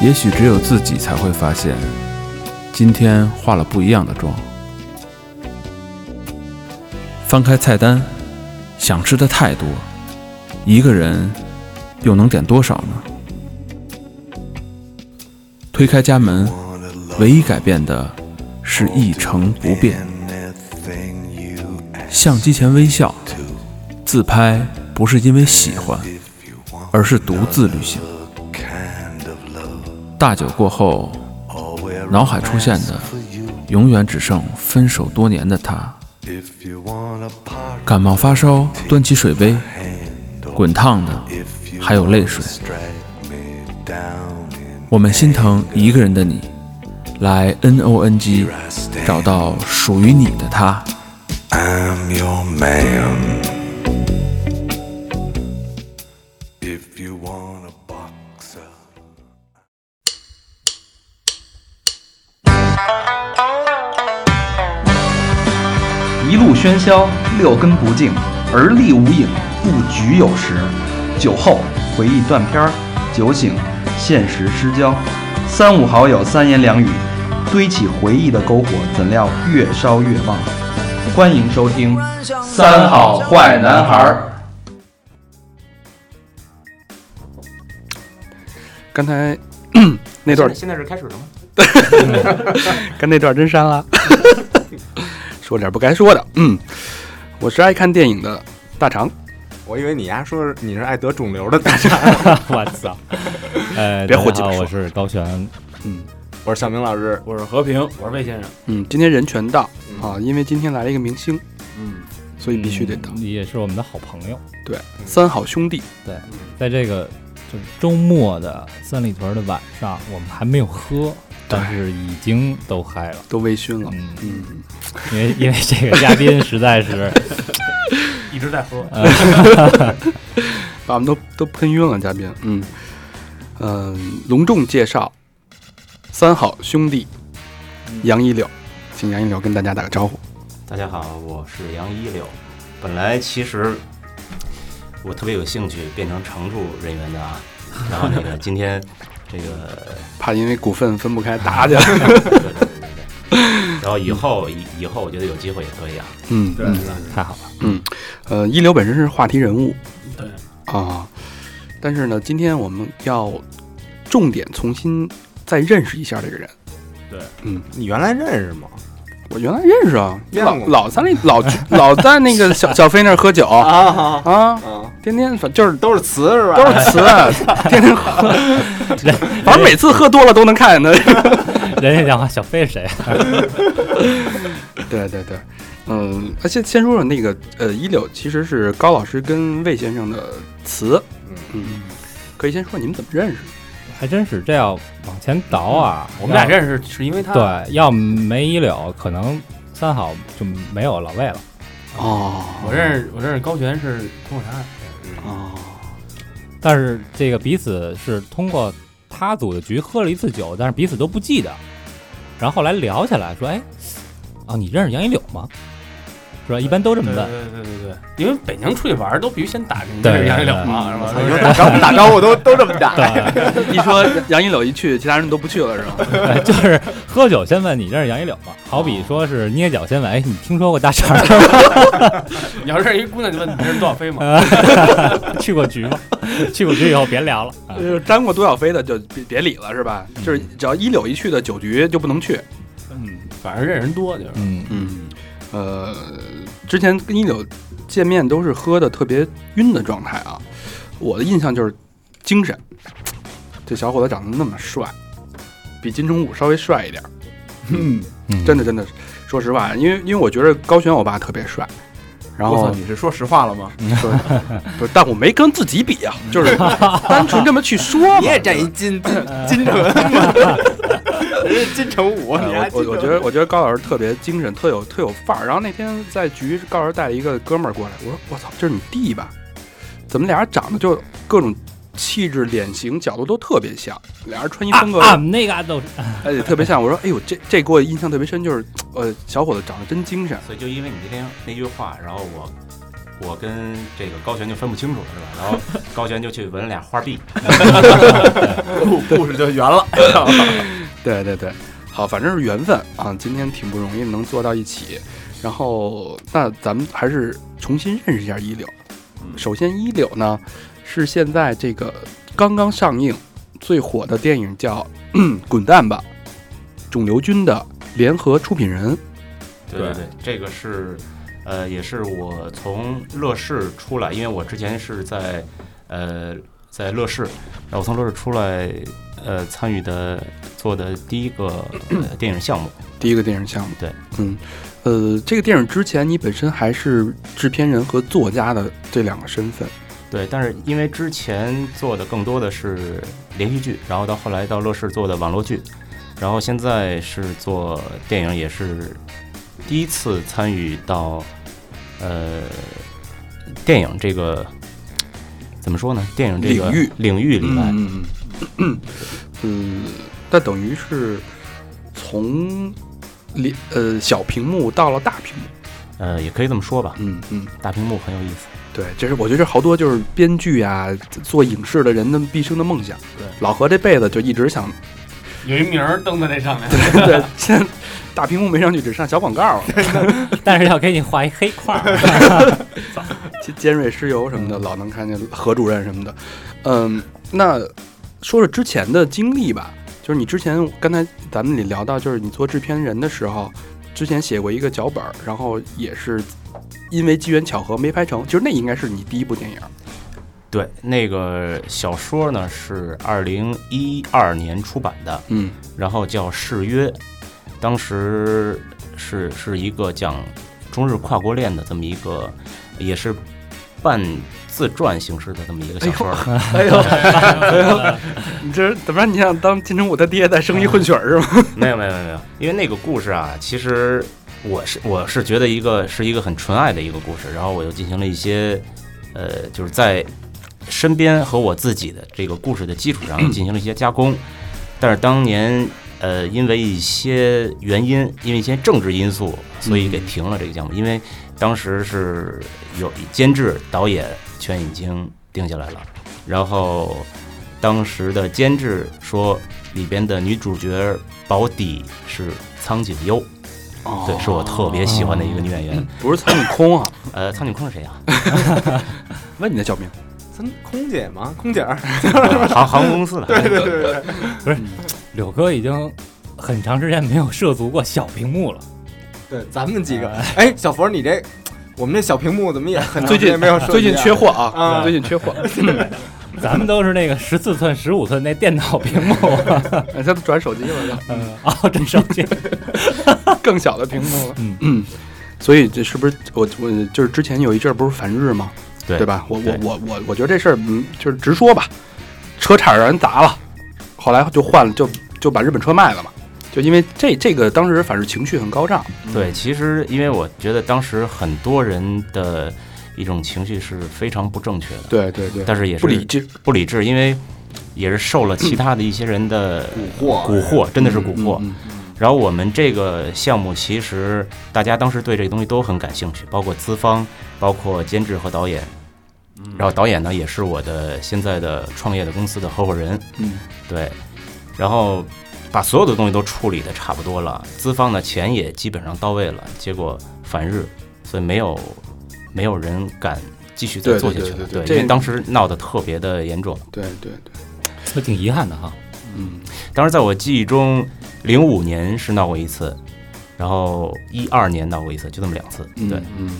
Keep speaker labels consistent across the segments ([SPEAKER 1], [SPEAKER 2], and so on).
[SPEAKER 1] 也许只有自己才会发现，今天化了不一样的妆。翻开菜单，想吃的太多，一个人又能点多少呢？推开家门，唯一改变的是一成不变。相机前微笑，自拍不是因为喜欢，而是独自旅行。大酒过后，脑海出现的永远只剩分手多年的他。感冒发烧，端起水杯，滚烫的还有泪水。我们心疼一个人的你，来 N O N G，找到属于你的他。
[SPEAKER 2] I'm your man. If you want a boxer.
[SPEAKER 3] 一路喧嚣，六根不净，而立无影，不局有时。酒后回忆断片儿，酒醒现实失焦。三五好友三言两语，堆起回忆的篝火，怎料越烧越旺。欢迎收听《三好坏男孩儿
[SPEAKER 4] 刚 才那段
[SPEAKER 5] 现在是开始了吗？
[SPEAKER 4] 跟那段真删了， 说点不该说的。嗯，我是爱看电影的大肠，
[SPEAKER 5] 我以为你丫说是你是爱得肿瘤的大傻，
[SPEAKER 6] 我操！ 呃，
[SPEAKER 4] 别
[SPEAKER 6] 大
[SPEAKER 4] 胡
[SPEAKER 6] 家
[SPEAKER 4] 鸡巴
[SPEAKER 6] 好，
[SPEAKER 4] 说
[SPEAKER 6] 我是高 璇。
[SPEAKER 5] 我是小明老师，
[SPEAKER 7] 我是和平，我是魏先生。
[SPEAKER 4] 嗯，今天人全到啊，因为今天来了一个明星，
[SPEAKER 5] 嗯，
[SPEAKER 4] 所以必须得到。
[SPEAKER 6] 嗯也是我们的好朋友，
[SPEAKER 4] 三好兄弟，
[SPEAKER 6] 在这个就是周末的三里屯的晚上，我们还没有喝，但是已经都嗨了。
[SPEAKER 4] 都微醺了。
[SPEAKER 6] 嗯，
[SPEAKER 4] 嗯，
[SPEAKER 6] 因为因为这个嘉宾实在是
[SPEAKER 7] 一直在喝，
[SPEAKER 4] 把我们都都喷晕了，嘉宾。嗯，呃，隆重介绍三好兄弟
[SPEAKER 5] 嗯
[SPEAKER 4] 杨一柳，请杨一柳跟大家打个招呼。
[SPEAKER 7] 大家好，我是杨一柳。本来其实我特别有兴趣变成常驻人员的啊，然后那个今天这个，
[SPEAKER 4] 怕因为股份分不开打起来。
[SPEAKER 7] 对对对对对然后以后以以后我觉得有机会也可以啊。
[SPEAKER 4] 嗯，嗯
[SPEAKER 6] 太好了。
[SPEAKER 4] 呃，一流本身是话题人物，
[SPEAKER 7] 对
[SPEAKER 4] 啊，但是呢，今天我们要重点重新再认识一下这个人。
[SPEAKER 5] 你原来认识吗？
[SPEAKER 4] 我原来认识啊，
[SPEAKER 5] 见
[SPEAKER 4] 老
[SPEAKER 5] 过
[SPEAKER 4] 老在那老老在那个小小飞那儿喝酒啊，
[SPEAKER 5] 啊啊，
[SPEAKER 4] 天天反就是
[SPEAKER 5] 都是词是吧？
[SPEAKER 4] 都是词，天天喝，反正每次喝多了都能看见他。
[SPEAKER 6] 人家讲话，小飞是谁啊？
[SPEAKER 4] 对对对，嗯，啊先先说说那个呃，一柳其实是高老师跟魏先生的词，
[SPEAKER 5] 嗯
[SPEAKER 4] 嗯，可以先说你们怎么认识的？
[SPEAKER 6] 还真是这要往前倒啊。
[SPEAKER 7] 嗯我们俩认识是因为他，
[SPEAKER 6] 对，要没一柳，可能三好就没有老魏了。
[SPEAKER 4] 哦，
[SPEAKER 7] 我认识我认识高璇是通过他，
[SPEAKER 4] 哦，
[SPEAKER 6] 但是这个彼此是通过他组的局喝了一次酒，但是彼此都不记得。然后后来聊起来说，哎，啊，你认识杨一柳吗？是吧？一般都这么
[SPEAKER 7] 对对
[SPEAKER 6] 问。
[SPEAKER 7] 对对对对，因为北京出去玩都必须先打听
[SPEAKER 6] 对
[SPEAKER 7] 这是杨一柳嘛，是吧？都是
[SPEAKER 5] 打招呼打招呼都都这么打，
[SPEAKER 6] 对，
[SPEAKER 4] 一说杨一柳一去，其他人都不去了是吧？
[SPEAKER 6] 哎就是喝酒先问你认识杨一柳吗？好比说是捏脚先问，哎，你听说过大肠儿吗
[SPEAKER 7] 你要认识一姑娘就问你这是杜小飞嘛，
[SPEAKER 6] 去过局吗？去过局以后别聊了。啊
[SPEAKER 4] 就是沾过杜小飞的就别别理了，是吧？
[SPEAKER 7] 嗯
[SPEAKER 4] 就是只要一柳一去的酒局就不能去。
[SPEAKER 6] 嗯
[SPEAKER 7] 反正认识人多就是。
[SPEAKER 6] 嗯，
[SPEAKER 4] 嗯，呃，之前跟一柳见面都是喝的特别晕的状态啊。我的印象就是精神，这小伙子长得那么帅，比金城武稍微帅一点儿。真
[SPEAKER 6] 的
[SPEAKER 7] 嗯
[SPEAKER 4] 的真的，说实话，因为因为我觉得高璇我爸特别帅，然
[SPEAKER 5] 我
[SPEAKER 4] 后
[SPEAKER 5] 操，你是说实话了吗？
[SPEAKER 4] 不是，但我没跟自己比啊，就是单纯这么去说嘛。
[SPEAKER 5] 你也占一金金金城吗？人家金城武，你
[SPEAKER 4] 呃
[SPEAKER 5] 还
[SPEAKER 4] 我我我觉得我觉得高老师特别精神，特有特有范儿。然后那天在局，高老师带了一个哥们儿过来，我说我操，这是你弟吧？怎么俩人长得就各种气质、脸型、角度都特别像，俩人穿衣风格
[SPEAKER 6] 啊，那个都是
[SPEAKER 4] 哎也特别像。我说哎呦，这这给我印象特别深，就是呃小伙子长得真精神。
[SPEAKER 7] 所以就因为你那天那句话，然后我我跟这个高璇就分不清楚了，是吧？然后高璇就去闻了俩花臂，
[SPEAKER 5] 故故事就圆了。
[SPEAKER 4] 对对对，好，反正是缘分啊，今天挺不容易能坐到一起，然后那咱们还是重新认识一下一柳。首先，一柳呢是现在这个刚刚上映最火的电影叫 《滚蛋吧，肿瘤君》的联合出品人。
[SPEAKER 7] 对对对，这个是，呃，也是我从乐视出来，因为我之前是在，呃，在乐视，然后我从乐视出来，呃，参与的做的第一个、呃电影项目，
[SPEAKER 4] 第一个电影项目。
[SPEAKER 7] 对，
[SPEAKER 4] 嗯，呃，这个电影之前你本身还是制片人和作家的这两个身份，
[SPEAKER 7] 对，但是因为之前做的更多的是连续剧，然后到后来到乐视做的网络剧，然后现在是做电影，也是第一次参与到呃电影这个怎么说呢？电影这个
[SPEAKER 4] 领域
[SPEAKER 7] 领域里来，
[SPEAKER 4] 嗯嗯嗯，呃，那等于是从里呃小屏幕到了大屏幕，
[SPEAKER 7] 呃，也可以这么说吧。
[SPEAKER 4] 嗯嗯，
[SPEAKER 7] 大屏幕很有意思，
[SPEAKER 4] 对，这是我觉得这好多就是编剧啊，做影视的人的毕生的梦想。
[SPEAKER 5] 对，
[SPEAKER 4] 老何这辈子就一直想，
[SPEAKER 8] 有一名儿登在那上面，
[SPEAKER 4] 对，现在大屏幕没上去，只上小广告了，
[SPEAKER 6] 但是要给你画一黑块儿，
[SPEAKER 4] 尖尖锐湿疣什么的，老能看见何主任什么的。嗯，那说说之前的经历吧，就是你之前刚才咱们也聊到，就是你做制片人的时候，之前写过一个脚本儿，然后也是因为机缘巧合没拍成，其实那应该是你第一部电影。
[SPEAKER 7] 对，那个小说呢是二零一二年出版的，
[SPEAKER 4] 嗯
[SPEAKER 7] 然后叫《誓约》，当时是是一个讲中日跨国恋的这么一个，也是半自传形式的这么一个小说。
[SPEAKER 4] 哎呦，哎呦，你这怎么让你想当金城武他爹在生一混血儿是吗？
[SPEAKER 7] 没有没有没有没有，因为那个故事啊，其实我是我是觉得一个是一个很纯爱的一个故事，然后我又进行了一些呃，就是在身边和我自己的这个故事的基础上进行了一些加工，但是当年。呃，因为一些原因，因为一些政治因素，所以给停了这个项目。因为当时是有监制、导演全已经定下来了，然后当时的监制说里边的女主角保底是苍井优，
[SPEAKER 5] 哦
[SPEAKER 7] 对，是我特别喜欢的一个女演
[SPEAKER 5] 嗯
[SPEAKER 7] 员。
[SPEAKER 4] 不是苍井空啊？
[SPEAKER 7] 呃，苍井空是谁呀、
[SPEAKER 4] 问你的小名，
[SPEAKER 5] 咱空姐嘛，空姐儿，
[SPEAKER 7] 航航空公司的。
[SPEAKER 5] 对对对对，
[SPEAKER 6] 柳哥已经很长时间没有涉足过小屏幕了。
[SPEAKER 5] 对，咱们几个，哎，小佛，你这我们这小屏幕怎么也很
[SPEAKER 4] 最近
[SPEAKER 5] 也没有设计啊
[SPEAKER 4] 最近缺货啊，
[SPEAKER 5] 啊
[SPEAKER 4] 最近缺 货，
[SPEAKER 6] 咱们都是那个十四寸、十五寸那电脑屏 幕，
[SPEAKER 4] 哎他都转手机了，
[SPEAKER 6] 嗯，哦，这手 机，
[SPEAKER 4] 更小的屏幕了。
[SPEAKER 6] 嗯
[SPEAKER 4] 嗯，所以这是不是我我就是之前有一阵儿不是反日吗？
[SPEAKER 7] 对
[SPEAKER 4] 吧？我我
[SPEAKER 7] 对
[SPEAKER 4] 我我我觉得这事儿嗯就是直说吧，车差点让人砸了，后来就换了就就把日本车卖了嘛，就因为这这个当时反正情绪很高涨，
[SPEAKER 7] 对，其实因为我觉得当时很多人的一种情绪是非常不正确的，
[SPEAKER 4] 对对对，
[SPEAKER 7] 但是也是
[SPEAKER 4] 不理智，
[SPEAKER 7] 不理智，因为也是受了其他的一些人的
[SPEAKER 5] 蛊惑，
[SPEAKER 7] 蛊惑，真的是蛊惑。
[SPEAKER 4] 嗯
[SPEAKER 7] 然后我们这个项目其实大家当时对这个东西都很感兴趣，包括资方，包括监制和导演。
[SPEAKER 4] 嗯
[SPEAKER 7] 然后导演呢也是我的现在的创业的公司的合伙人，
[SPEAKER 4] 嗯
[SPEAKER 7] 对。然后把所有的东西都处理的差不多了，资方呢钱也基本上到位了，结果反日，所以没有没有人敢继续再
[SPEAKER 4] 对
[SPEAKER 7] 做下
[SPEAKER 4] 对
[SPEAKER 7] 去
[SPEAKER 4] 对
[SPEAKER 7] 了，
[SPEAKER 4] 对对
[SPEAKER 7] 因为
[SPEAKER 4] 这
[SPEAKER 7] 当时闹得特别的严重。
[SPEAKER 4] 对对对，
[SPEAKER 6] 都挺遗憾的哈。
[SPEAKER 4] 嗯
[SPEAKER 7] 当时在我记忆中，零五年是闹过一次，然后一二年闹过一次，就这么两次。
[SPEAKER 4] 嗯
[SPEAKER 7] 对，
[SPEAKER 4] 嗯，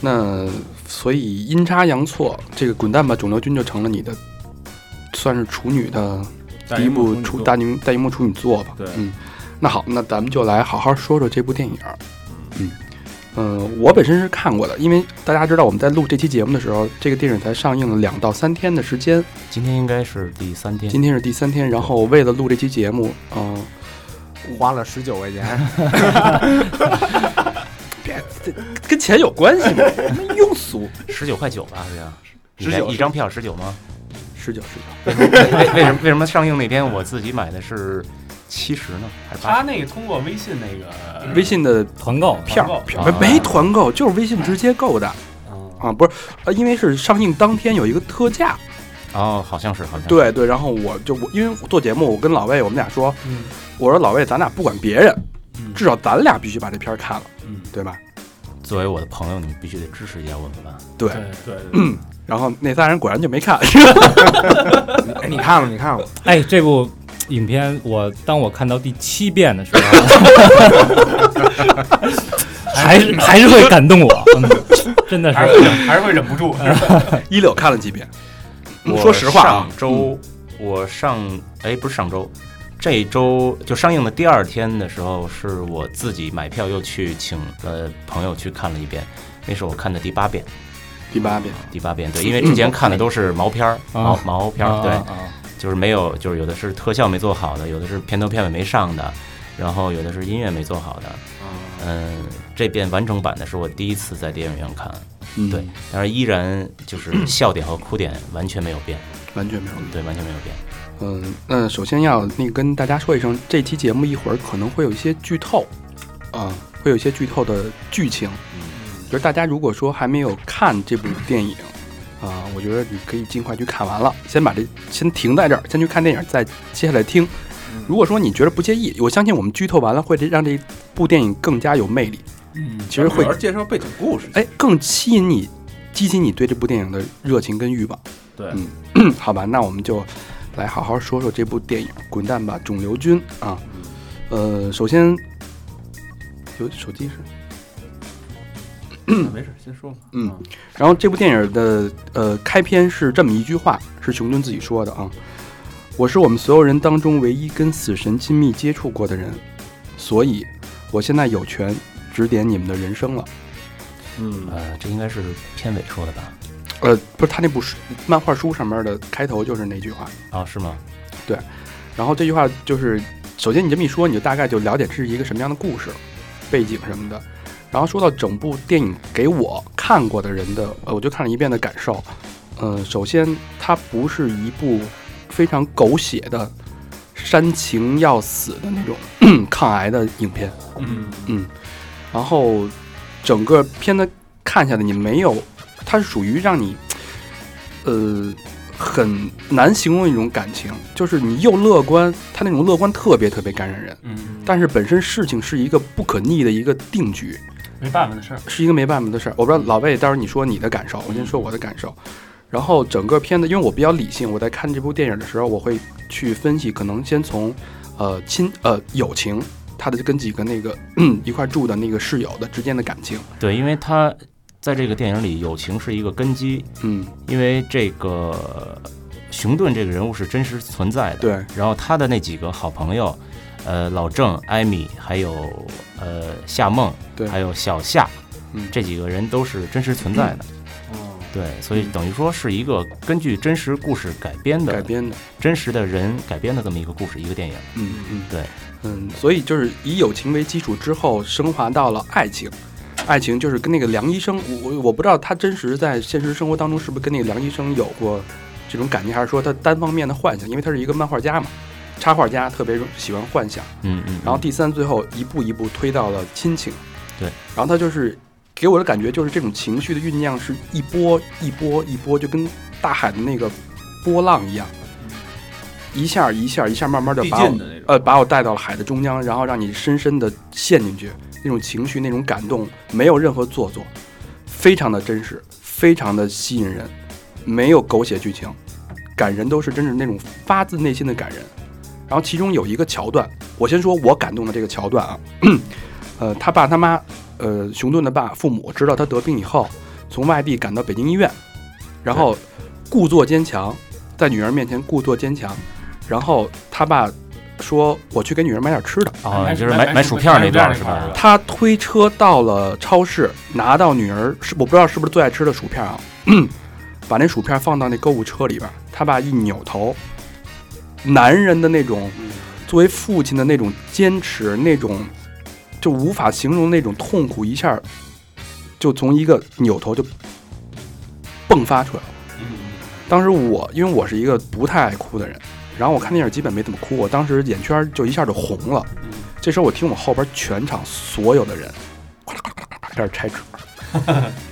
[SPEAKER 4] 那所以阴差阳错，这个滚蛋吧肿瘤君就成了你的算是处女的第一部处大荧大荧幕处女作吧。
[SPEAKER 8] 对
[SPEAKER 4] 嗯，那好，那咱们就来好好说说这部电影儿。嗯，呃，我本身是看过的，因为大家知道我们在录这期节目的时候，这个电影才上映了两到三天的时间，
[SPEAKER 7] 今天应该是第三天。
[SPEAKER 4] 今天是第三天。然后为了录这期节目，嗯、
[SPEAKER 5] 花了十九块钱，
[SPEAKER 4] 跟钱有关系吗？庸俗，
[SPEAKER 7] 十九块九吧，好像。
[SPEAKER 5] 19
[SPEAKER 7] 你看一张票十九吗？
[SPEAKER 4] 十九十九，
[SPEAKER 7] 为为什么为什么上映那天我自己买的是七十呢？还是八
[SPEAKER 8] 他
[SPEAKER 4] 啊
[SPEAKER 7] 十？
[SPEAKER 8] 那个通过微信那个
[SPEAKER 4] 微信的
[SPEAKER 6] 团购
[SPEAKER 4] 票
[SPEAKER 8] 团购
[SPEAKER 4] 票没团购，就是微信直接购的。
[SPEAKER 7] 哦
[SPEAKER 4] 啊，不是，呃，因为是上映当天有一个特价，
[SPEAKER 7] 哦，好像是，好像是，
[SPEAKER 4] 对对，然后我就我因为我做节目，我跟老魏我们俩说，
[SPEAKER 8] 嗯
[SPEAKER 4] 我说老魏，咱俩不管别人，
[SPEAKER 8] 嗯
[SPEAKER 4] 至少咱俩必须把这片儿看了，
[SPEAKER 8] 嗯
[SPEAKER 4] 对吧？
[SPEAKER 7] 作为我的朋友，你们必须得支持一下我们吧。
[SPEAKER 4] 对，
[SPEAKER 8] 对
[SPEAKER 6] 嗯
[SPEAKER 8] 对，
[SPEAKER 4] 然后那仨人果然就没看，
[SPEAKER 5] 哎，你看了，你看了，
[SPEAKER 6] 哎，这部影片我当我看到第七遍的 时候，还是还是会感动我，嗯 真的
[SPEAKER 8] 还
[SPEAKER 6] 是
[SPEAKER 8] 是会还是会忍不住。
[SPEAKER 4] 一柳看了几遍。
[SPEAKER 7] 我
[SPEAKER 4] 说实话啊，
[SPEAKER 7] 上周嗯我上哎不是上周，这周就上映的第二天的时候，是我自己买票又去请呃朋友去看了一遍，那是我看的第八遍，
[SPEAKER 4] 第八遍，
[SPEAKER 7] 第八遍对，因为之前看的都是毛片儿，毛
[SPEAKER 6] 啊
[SPEAKER 7] 毛片儿对，
[SPEAKER 6] 啊
[SPEAKER 7] 就是没有就是有的是特效没做好的，有的是片头片尾没上的，然后有的是音乐没做好的，嗯，这遍完整版的是我第一次在电影院看，
[SPEAKER 4] 嗯
[SPEAKER 7] 对，但是依然就是笑点和哭点完全没有变，
[SPEAKER 4] 完全没有。
[SPEAKER 7] 对，完全没有变。
[SPEAKER 4] 嗯，那首先要那个跟大家说一声，这期节目一会儿可能会有一些剧透，啊、会有一些剧透的剧情。
[SPEAKER 8] 嗯
[SPEAKER 4] 就是大家如果说还没有看这部电影，啊、
[SPEAKER 8] 嗯
[SPEAKER 4] 我觉得你可以尽快去看完了，先把这先停在这儿，先去看电影，再接下来听。
[SPEAKER 8] 嗯
[SPEAKER 4] 如果说你觉得不介意，我相信我们剧透完了会让这部电影更加有魅力，
[SPEAKER 8] 嗯，
[SPEAKER 4] 其实会
[SPEAKER 8] 主要是介绍背景故事。
[SPEAKER 4] 哎，更吸引你，激起你对这部电影的热情跟欲望。
[SPEAKER 8] 对
[SPEAKER 4] 嗯， 好吧，那我们就来好好说说这部电影《滚蛋吧，肿瘤君》啊。
[SPEAKER 8] 嗯
[SPEAKER 4] 呃，首先，有手机是，
[SPEAKER 8] 啊没事，先说吧。啊
[SPEAKER 4] 嗯，然后这部电影的呃开篇是这么一句话，是熊军自己说的啊：“我是我们所有人当中唯一跟死神亲密接触过的人，所以我现在有权指点你们的人生了。”
[SPEAKER 5] 嗯，
[SPEAKER 7] 呃，这应该是片尾说的吧？
[SPEAKER 4] 呃，不是他那部书漫画书上面的开头就是那句话，
[SPEAKER 7] 啊，是吗？
[SPEAKER 4] 然后这句话就是，首先你这么一说，你就大概就了解这是一个什么样的故事、背景什么的。然后说到整部电影给我看过的人的，呃，我就看了一遍的感受。嗯、首先它不是一部非常狗血的煽情要死的那种 抗癌的影片，
[SPEAKER 8] 嗯
[SPEAKER 4] 然后整个片子看下来，你没有，它是属于让你，呃，很难形容一种感情，就是你又乐观，它那种乐观特别特别感染人，
[SPEAKER 8] 嗯，
[SPEAKER 4] 但是本身事情是一个不可逆的一个定局，
[SPEAKER 8] 没办法的事儿。
[SPEAKER 4] 是一个没办法的事儿。我不知道老魏，待会儿你说你的感受，我先说我的感受。
[SPEAKER 8] 嗯
[SPEAKER 4] 然后整个片子，因为我比较理性，我在看这部电影的时候，我会去分析，可能先从呃亲呃友情，他的跟几个那个嗯一块住的那个室友的之间的感情，
[SPEAKER 7] 对，因为他在这个电影里，友情是一个根基，
[SPEAKER 4] 嗯，
[SPEAKER 7] 因为这个熊顿这个人物是真实存在的。
[SPEAKER 4] 对，
[SPEAKER 7] 然后他的那几个好朋友，呃，老郑、艾米，还有呃夏梦，
[SPEAKER 4] 对
[SPEAKER 7] 还有小夏，
[SPEAKER 4] 嗯
[SPEAKER 7] 这几个人都是真实存在的。
[SPEAKER 5] 哦，
[SPEAKER 7] 对，所以等于说是一个根据真实故事改编的、
[SPEAKER 4] 嗯改编的，
[SPEAKER 7] 真实的人改编的这么一个故事，一个电影。
[SPEAKER 4] 嗯嗯，
[SPEAKER 7] 对，
[SPEAKER 4] 嗯，所以就是以友情为基础之后，升华到了爱情。爱情就是跟那个梁医生，我我我不知道他真实在现实生活当中是不是跟那个梁医生有过这种感情，还是说他单方面的幻想？因为他是一个漫画家嘛，插画家特别喜欢幻想。
[SPEAKER 7] 嗯嗯。
[SPEAKER 4] 然后第三，最后一步一步推到了亲情。
[SPEAKER 7] 对，
[SPEAKER 4] 然后他就是给我的感觉就是这种情绪的酝酿是一波一波一波，就跟大海的那个波浪一样，
[SPEAKER 7] 嗯
[SPEAKER 4] 一下一下一下慢慢的
[SPEAKER 8] 递
[SPEAKER 4] 把我
[SPEAKER 8] 进的那种。
[SPEAKER 4] 呃把我带到了海的中央，然后让你深深的陷进去，那种情绪那种感动没有任何做作，非常的真实，非常的吸引人，没有狗血剧情，感人都是真是那种发自内心的感人。然后其中有一个桥段，我先说我感动的这个桥段啊，呃，他爸他妈，呃，熊顿的爸父母知道他得病以后，从外地赶到北京医院，然后故作坚强，在女儿面前故作坚强，然后他爸说：“我去给女儿买点吃的。”
[SPEAKER 7] 哦，
[SPEAKER 8] 买
[SPEAKER 7] 就是
[SPEAKER 8] 买
[SPEAKER 7] 买
[SPEAKER 8] 买
[SPEAKER 7] 买
[SPEAKER 8] 薯
[SPEAKER 7] 薯片儿
[SPEAKER 8] 片
[SPEAKER 7] 那
[SPEAKER 8] 儿
[SPEAKER 7] 段
[SPEAKER 8] 那
[SPEAKER 7] 儿是
[SPEAKER 8] 块
[SPEAKER 7] 吧
[SPEAKER 8] 儿？
[SPEAKER 4] 他推车到了超市，拿到女儿是我不知道是不是最爱吃的薯片啊， 把那薯片放到那购物车里边儿，他爸一扭头，男人的那种作为父亲的那种坚持，那种就无法形容那种痛苦，一下儿就从一个扭头就迸发出来了。
[SPEAKER 8] 嗯
[SPEAKER 4] 当时我因为我是一个不太爱哭的人，然后我看电影基本没怎么哭，我当时眼圈就一下就红了。
[SPEAKER 8] 嗯
[SPEAKER 4] 这 时候我听我后边全场所有的人，咔啦咔啦咔啦咔啦开始拆纸，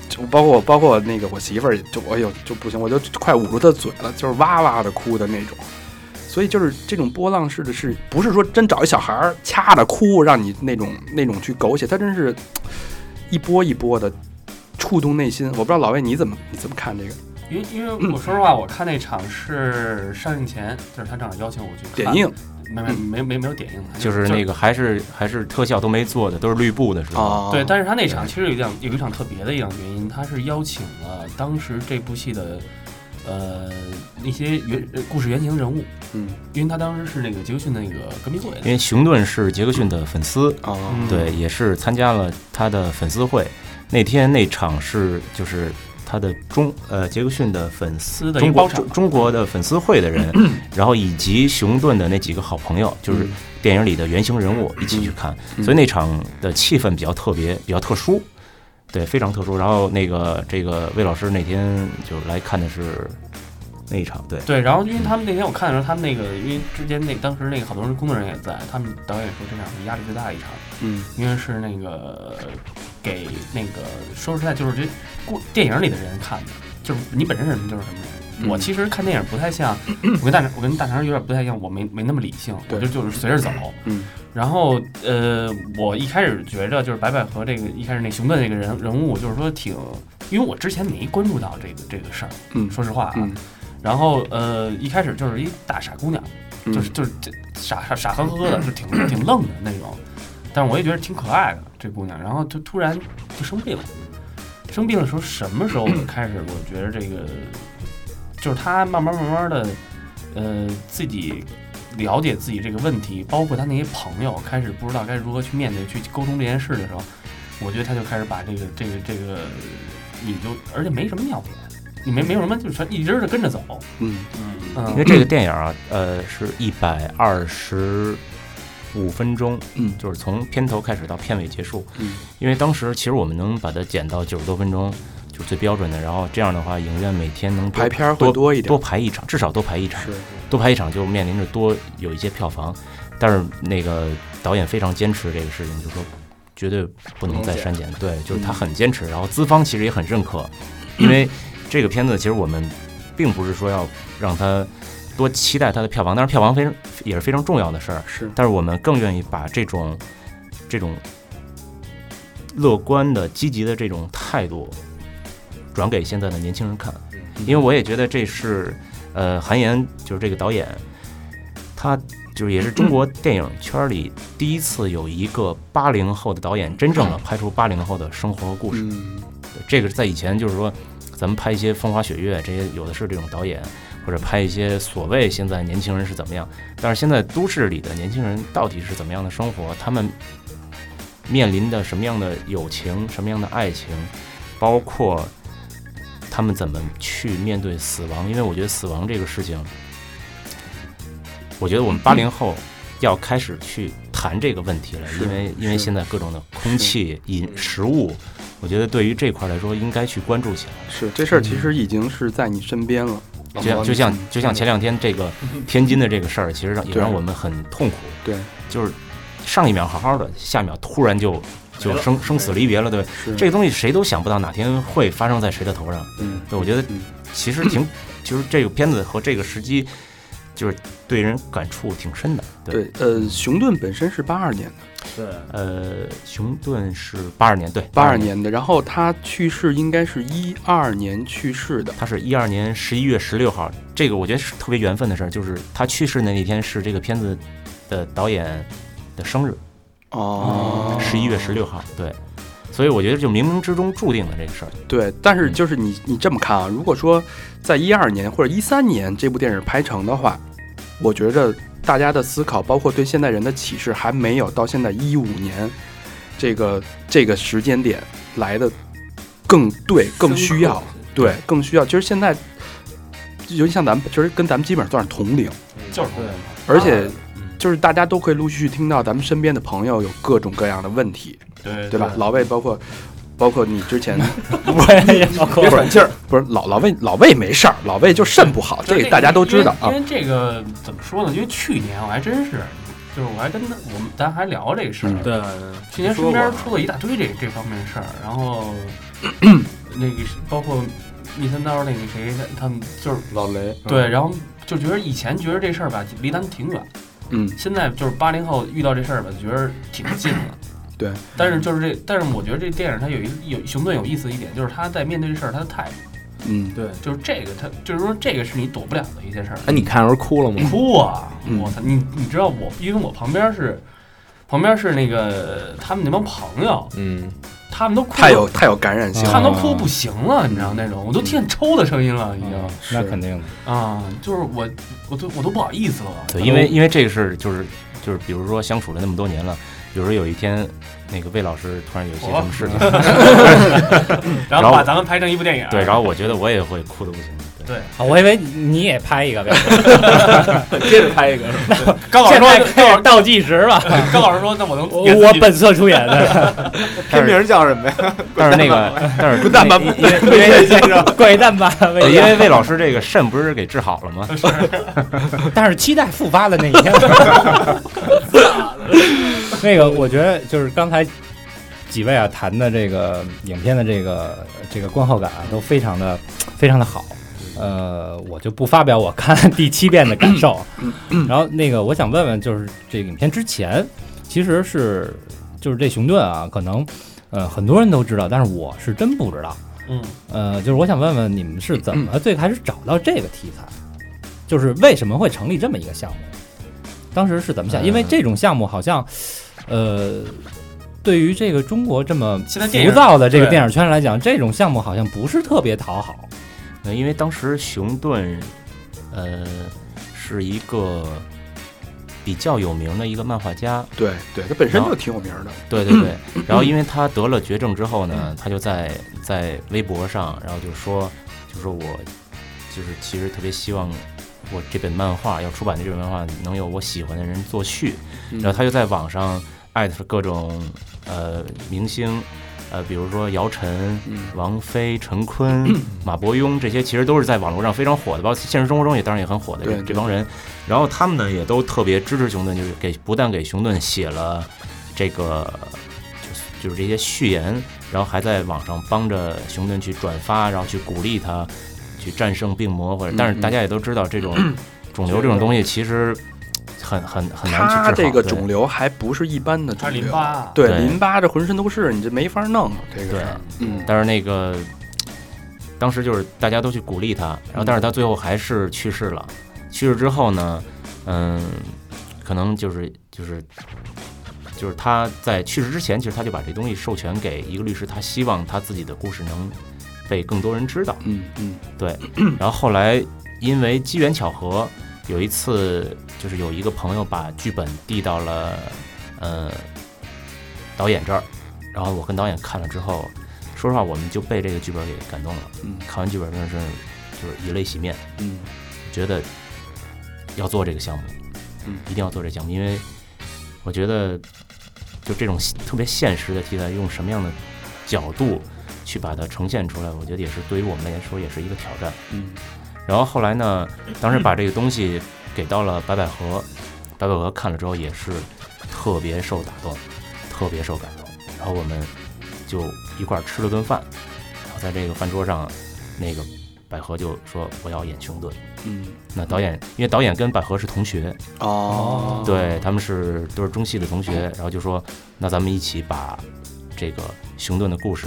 [SPEAKER 4] 就包括包括那个我媳妇儿也就哎呦就不行，我就快捂住她嘴了，就是哇哇的哭的那种。所以就是这种波浪式的是，不是说真找一小孩儿掐着哭，让你那种那种去狗血，他真是一波一波的触动内心。我不知道老魏你怎么你怎么看这个
[SPEAKER 8] 因为因为我说实话，我看那场是上映前，就是他正好邀请我去看
[SPEAKER 4] 点映，
[SPEAKER 8] 没没没没没有点映的，
[SPEAKER 7] 就是那个还是还是特效都没做的，都是绿布的时候。
[SPEAKER 4] 啊？
[SPEAKER 8] 对，但是他那场其实有一场有一场特别的一场原因，他是邀请了当时这部戏的呃那些原呃故事原型人物，
[SPEAKER 4] 嗯
[SPEAKER 8] 因为他当时是那个杰克逊的那个革命队
[SPEAKER 7] 因为熊顿是杰克逊的粉丝，
[SPEAKER 4] 啊，
[SPEAKER 8] 嗯
[SPEAKER 7] 对，也是参加了他的粉丝会。那天那场是就是他的中呃杰克逊的粉丝
[SPEAKER 8] 撕的一
[SPEAKER 7] 中
[SPEAKER 8] 个包
[SPEAKER 7] 国
[SPEAKER 8] 场
[SPEAKER 7] 中，中国的粉丝会的人，然后以及熊顿的那几个好朋友，就是电影里的原型人物一起去看，所以那场的气氛比较特别，比较特殊，对，非常特殊。然后那个这个魏老师那天就来看的是那一场，对，
[SPEAKER 8] 对，然后因为他们那天我看的时候，他们那个因为之前那当时那个好多人工作人员也在，他们导演说这场是压力最大的一场，
[SPEAKER 4] 嗯，
[SPEAKER 8] 因为是那个给那个说实在就是这故电影里的人看的，就是你本身是什么就是什么人。
[SPEAKER 4] 嗯
[SPEAKER 8] 我其实看电影不太 像，我跟大肠我跟大肠有点不太像，我没没那么理性，我
[SPEAKER 4] 对
[SPEAKER 8] 就就是随着走。
[SPEAKER 4] 嗯，
[SPEAKER 8] 然后呃，我一开始觉着就是白百合这个一开始那熊顿那个人人物，就是说挺，因为我之前没关注到这个这个事儿，
[SPEAKER 4] 嗯
[SPEAKER 8] 说实话啊，
[SPEAKER 4] 嗯
[SPEAKER 8] 然后呃，一开始就是一大傻姑娘，
[SPEAKER 4] 嗯
[SPEAKER 8] 就是就是这傻傻傻呵呵的，就挺挺愣的那种。但是我也觉得挺可爱的这姑娘，然后就突然就生病了。生病的时候，什么时候我开始我觉得这个，就是她慢慢慢慢的，呃，自己了解自己这个问题，包括她那些朋友开始不知道该如何去面对、去沟通这件事的时候，我觉得她就开始把这个这个这个，你就而且没什么尿点，你没没有什么，就是一直是跟着走，
[SPEAKER 4] 嗯
[SPEAKER 7] 因为
[SPEAKER 8] 嗯，
[SPEAKER 7] 这个电影啊，呃，是一百二十五分钟，
[SPEAKER 4] 嗯
[SPEAKER 7] 就是从片头开始到片尾结束。
[SPEAKER 4] 嗯，
[SPEAKER 7] 因为当时其实我们能把它剪到九十多分钟，就是最标准的。然后这样的话，影院每天能多
[SPEAKER 4] 排片儿会多一点
[SPEAKER 7] 多排一场，至少多排一场，
[SPEAKER 4] 是
[SPEAKER 7] 多排一场就面临着多有一些票房。但是那个导演非常坚持这个事情，就说绝对不能再删减。对，就是
[SPEAKER 4] 嗯
[SPEAKER 7] 他很坚持，然后资方其实也很认可，因为这个片子其实我们并不是说要让它多期待它的票房，但是票房非常也是非常重要的事儿。
[SPEAKER 4] 是，
[SPEAKER 7] 但是我们更愿意把这种这种乐观的、积极的这种态度转给现在的年轻人看，因为我也觉得这是呃韩延就是这个导演，他就是也是中国电影圈里第一次有一个八零后的导演真正的拍出八零后的生活和故事。
[SPEAKER 4] 嗯
[SPEAKER 7] 这个在以前就是说，咱们拍一些风花雪月，这些有的是这种导演，或者拍一些所谓现在年轻人是怎么样，但是现在都市里的年轻人到底是怎么样的生活，他们面临的什么样的友情，什么样的爱情，包括他们怎么去面对死亡，因为我觉得死亡这个事情，我觉得我们八零后。要开始去谈这个问题了，因为因为
[SPEAKER 4] 是
[SPEAKER 7] 现在各种的空气、饮食物，我觉得对于这块来说，应该去关注起来。
[SPEAKER 4] 是，这事儿其实已经是在你身边了，
[SPEAKER 7] 就
[SPEAKER 4] 哦
[SPEAKER 7] 像就像就像前两天这个天津的这个事儿，其实让
[SPEAKER 4] 嗯
[SPEAKER 7] 也
[SPEAKER 4] 对
[SPEAKER 7] 让我们很痛苦。
[SPEAKER 4] 对，
[SPEAKER 7] 就是上一秒好好的，下一秒突然就就生生死离别了，对吧？
[SPEAKER 4] 是
[SPEAKER 7] 这个东西谁都想不到哪天会发生在谁的头上。
[SPEAKER 4] 嗯
[SPEAKER 7] 对，我觉得
[SPEAKER 4] 嗯
[SPEAKER 7] 其实挺，就是这个片子和这个时机，就是对人感触挺深的。
[SPEAKER 4] 对，呃，熊顿本身是八二年的，
[SPEAKER 7] 呃，熊顿是八二年，对，
[SPEAKER 4] 八二
[SPEAKER 7] 年，
[SPEAKER 4] 年的，然后他去世应该是一二年去世的，
[SPEAKER 7] 他是一二年十一月十六号，这个我觉得是特别缘分的事儿，就是他去世的那一天是这个片子的导演的生日，
[SPEAKER 4] 哦
[SPEAKER 7] 十一月十六号，对，所以我觉得就冥冥之中注定的这个事儿，
[SPEAKER 4] 对，但是就是你你这么看啊，如果说在一二年或者一三年这部电影拍成的话，我觉着大家的思考，包括对现代人的启示，还没有到现在一五年这个这个时间点来的更对、更需要，对，更需要。其实现在，尤其像咱们，其实跟咱们基本上算是同龄，
[SPEAKER 8] 就是同龄
[SPEAKER 4] 而且就是大家都可以陆续去听到咱们身边的朋友有各种各样的问题，
[SPEAKER 8] 对
[SPEAKER 4] 对吧？老魏包括。包括你之 前
[SPEAKER 6] 我也要扣
[SPEAKER 4] 别喘气儿，不是老老魏，老魏没事儿，老魏就肾不好，
[SPEAKER 8] 就
[SPEAKER 4] 这
[SPEAKER 8] 是
[SPEAKER 4] 个大家都知道啊
[SPEAKER 8] 因为。因为这个怎么说呢？因为去年我还真是，就是我还跟他我们咱还聊这个事儿。
[SPEAKER 4] 嗯
[SPEAKER 8] 去年身边出了一大堆这这方面的事儿，然后，那个包括密三刀那个谁，他他们就是
[SPEAKER 5] 老雷，
[SPEAKER 8] 对，然后就觉得以前觉得这事儿吧离咱们挺远，
[SPEAKER 4] 嗯，
[SPEAKER 8] 现在就是八零后遇到这事儿吧，觉得挺 近的。
[SPEAKER 4] 对，
[SPEAKER 8] 但是就是这，但是我觉得这电影它有一有熊顿有意思的一点，就是他在面对这事儿他的态度，
[SPEAKER 4] 嗯，
[SPEAKER 8] 对，就是这个他就是说这个是你躲不了的一件事儿。
[SPEAKER 5] 哎，你看的时候哭了吗？
[SPEAKER 8] 哭啊！
[SPEAKER 4] 嗯
[SPEAKER 8] 我操，你你知道我，因为我旁边是旁边是那个他们那帮朋友，
[SPEAKER 5] 嗯，
[SPEAKER 8] 他们都哭
[SPEAKER 4] 太有太有感染性
[SPEAKER 8] 他
[SPEAKER 4] 了，
[SPEAKER 8] 们都哭不行
[SPEAKER 5] 嗯
[SPEAKER 8] 了，你知道那种，我都听见抽的声音了，已经
[SPEAKER 6] 嗯那肯定的，
[SPEAKER 5] 嗯
[SPEAKER 8] 啊，就是我我都我都不好意思了，
[SPEAKER 7] 对，因为因为这个事儿就是就是，比如说相处了那么多年了，比如说有一天那个魏老师突然有一些什么事情，
[SPEAKER 8] 然
[SPEAKER 7] 然
[SPEAKER 8] 后
[SPEAKER 7] 后
[SPEAKER 8] 把咱们拍成一部电影，
[SPEAKER 7] 对，然后我觉得我也会哭的不行。对
[SPEAKER 8] 对，
[SPEAKER 6] 啊我以为你也拍一个，
[SPEAKER 5] 接着拍一个，
[SPEAKER 8] 高老师
[SPEAKER 6] 现在
[SPEAKER 8] 说，
[SPEAKER 6] 开始倒计 时吧，
[SPEAKER 4] 啊
[SPEAKER 8] 高老师说，那我能
[SPEAKER 6] 我
[SPEAKER 8] 演自
[SPEAKER 6] 我
[SPEAKER 8] 己
[SPEAKER 6] 本色出演的，
[SPEAKER 5] 片名叫什么呀？
[SPEAKER 7] 但是那个，但是
[SPEAKER 5] 滚蛋吧
[SPEAKER 7] 因为因为因为
[SPEAKER 6] 怪诞吧？
[SPEAKER 7] 对因为魏老师这个肾不是给治好了吗？
[SPEAKER 6] 但是期待复发的那一天。 那个，我觉得就是刚才几位啊谈的这个影片的这个这个观后感、啊、都非常的非常的好。呃，我就不发表我看第七遍的感受。啊然后那个，我想问问，就是这个影片之前，其实是就是这熊顿啊，可能呃很多人都知道，但是我是真不知道。
[SPEAKER 8] 嗯，
[SPEAKER 6] 呃，就是我想问问你们是怎么最开始找到这个题材，就是为什么会成立这么一个项目？当时是怎么
[SPEAKER 7] 呃
[SPEAKER 6] 想？因为这种项目好像，呃，对于这个中国这么
[SPEAKER 8] 现在电影
[SPEAKER 6] 浮躁的这个
[SPEAKER 8] 对
[SPEAKER 6] 电影圈来讲，这种项目好像不是特别讨好。
[SPEAKER 7] 呃因为当时熊顿，呃，是一个比较有名的一个漫画家，
[SPEAKER 4] 对对，他本身就挺有名的，
[SPEAKER 7] 对 对对，然后因为他得了绝症之后呢，他就在在微博上，然后就说，就说我就是其实特别希望我这本漫画要出版的这本漫画能有我喜欢的人作序，
[SPEAKER 4] 嗯
[SPEAKER 7] 然后他就在网上艾特各种呃明星，呃比如说姚晨、
[SPEAKER 4] 嗯
[SPEAKER 7] 王菲、陈坤、 马伯庸这些，其实都是在网络上非常火的，包括现实生活中也当然也很火的
[SPEAKER 4] 对
[SPEAKER 7] 这
[SPEAKER 4] 对
[SPEAKER 7] 这帮人。然后他们呢也都特别支持熊顿，就是给不但给熊顿写了这个就是就是这些序言，然后还在网上帮着熊顿去转发，然后去鼓励他去战胜病魔，或者
[SPEAKER 4] 嗯
[SPEAKER 7] 但是大家也都知道这种肿瘤这种东西其实很很很难去治
[SPEAKER 4] 他
[SPEAKER 7] 好。
[SPEAKER 4] 这个
[SPEAKER 7] 对
[SPEAKER 4] 肿瘤还不是一般的
[SPEAKER 8] 他
[SPEAKER 4] 肿
[SPEAKER 8] 是
[SPEAKER 4] 瘤，
[SPEAKER 8] 淋巴，，啊
[SPEAKER 4] 对
[SPEAKER 7] 对
[SPEAKER 4] 淋巴这浑身都是，你这没法弄啊这个
[SPEAKER 7] 对
[SPEAKER 4] 事儿，嗯，
[SPEAKER 7] 但是那个当时就是大家都去鼓励他，然后但是他最后还是去世了。去世之后呢，嗯，可能就是就是就是他在去世之前，其实他就把这东西授权给一个律师，他希望他自己的故事能被更多人知道。
[SPEAKER 4] 嗯嗯
[SPEAKER 7] 然后后来因为机缘巧合，有一次就是有一个朋友把剧本递到了呃导演这儿，然后我跟导演看了之后，说实话我们就被这个剧本给感动了。
[SPEAKER 4] 嗯
[SPEAKER 7] 看完剧本真的是就是以泪洗面，
[SPEAKER 4] 嗯
[SPEAKER 7] 觉得要做这个项目，
[SPEAKER 4] 嗯
[SPEAKER 7] 一定要做这个项目，因为我觉得就这种特别现实的题材，用什么样的角度去把它呈现出来，我觉得也是对于我们来说也是一个挑战。
[SPEAKER 4] 嗯
[SPEAKER 7] 然后后来呢，当时把这个东西给到了白百合，白百合看了之后也是特别受打动，特别受感动。然后我们就一块儿吃了顿饭，然后在这个饭桌上，那个百合就说我要演熊顿。
[SPEAKER 4] 嗯，
[SPEAKER 7] 那导演，因为导演跟百合是同学，
[SPEAKER 4] 哦，
[SPEAKER 7] 对他们是都是中戏的同学，然后就说，那咱们一起把这个熊顿的故事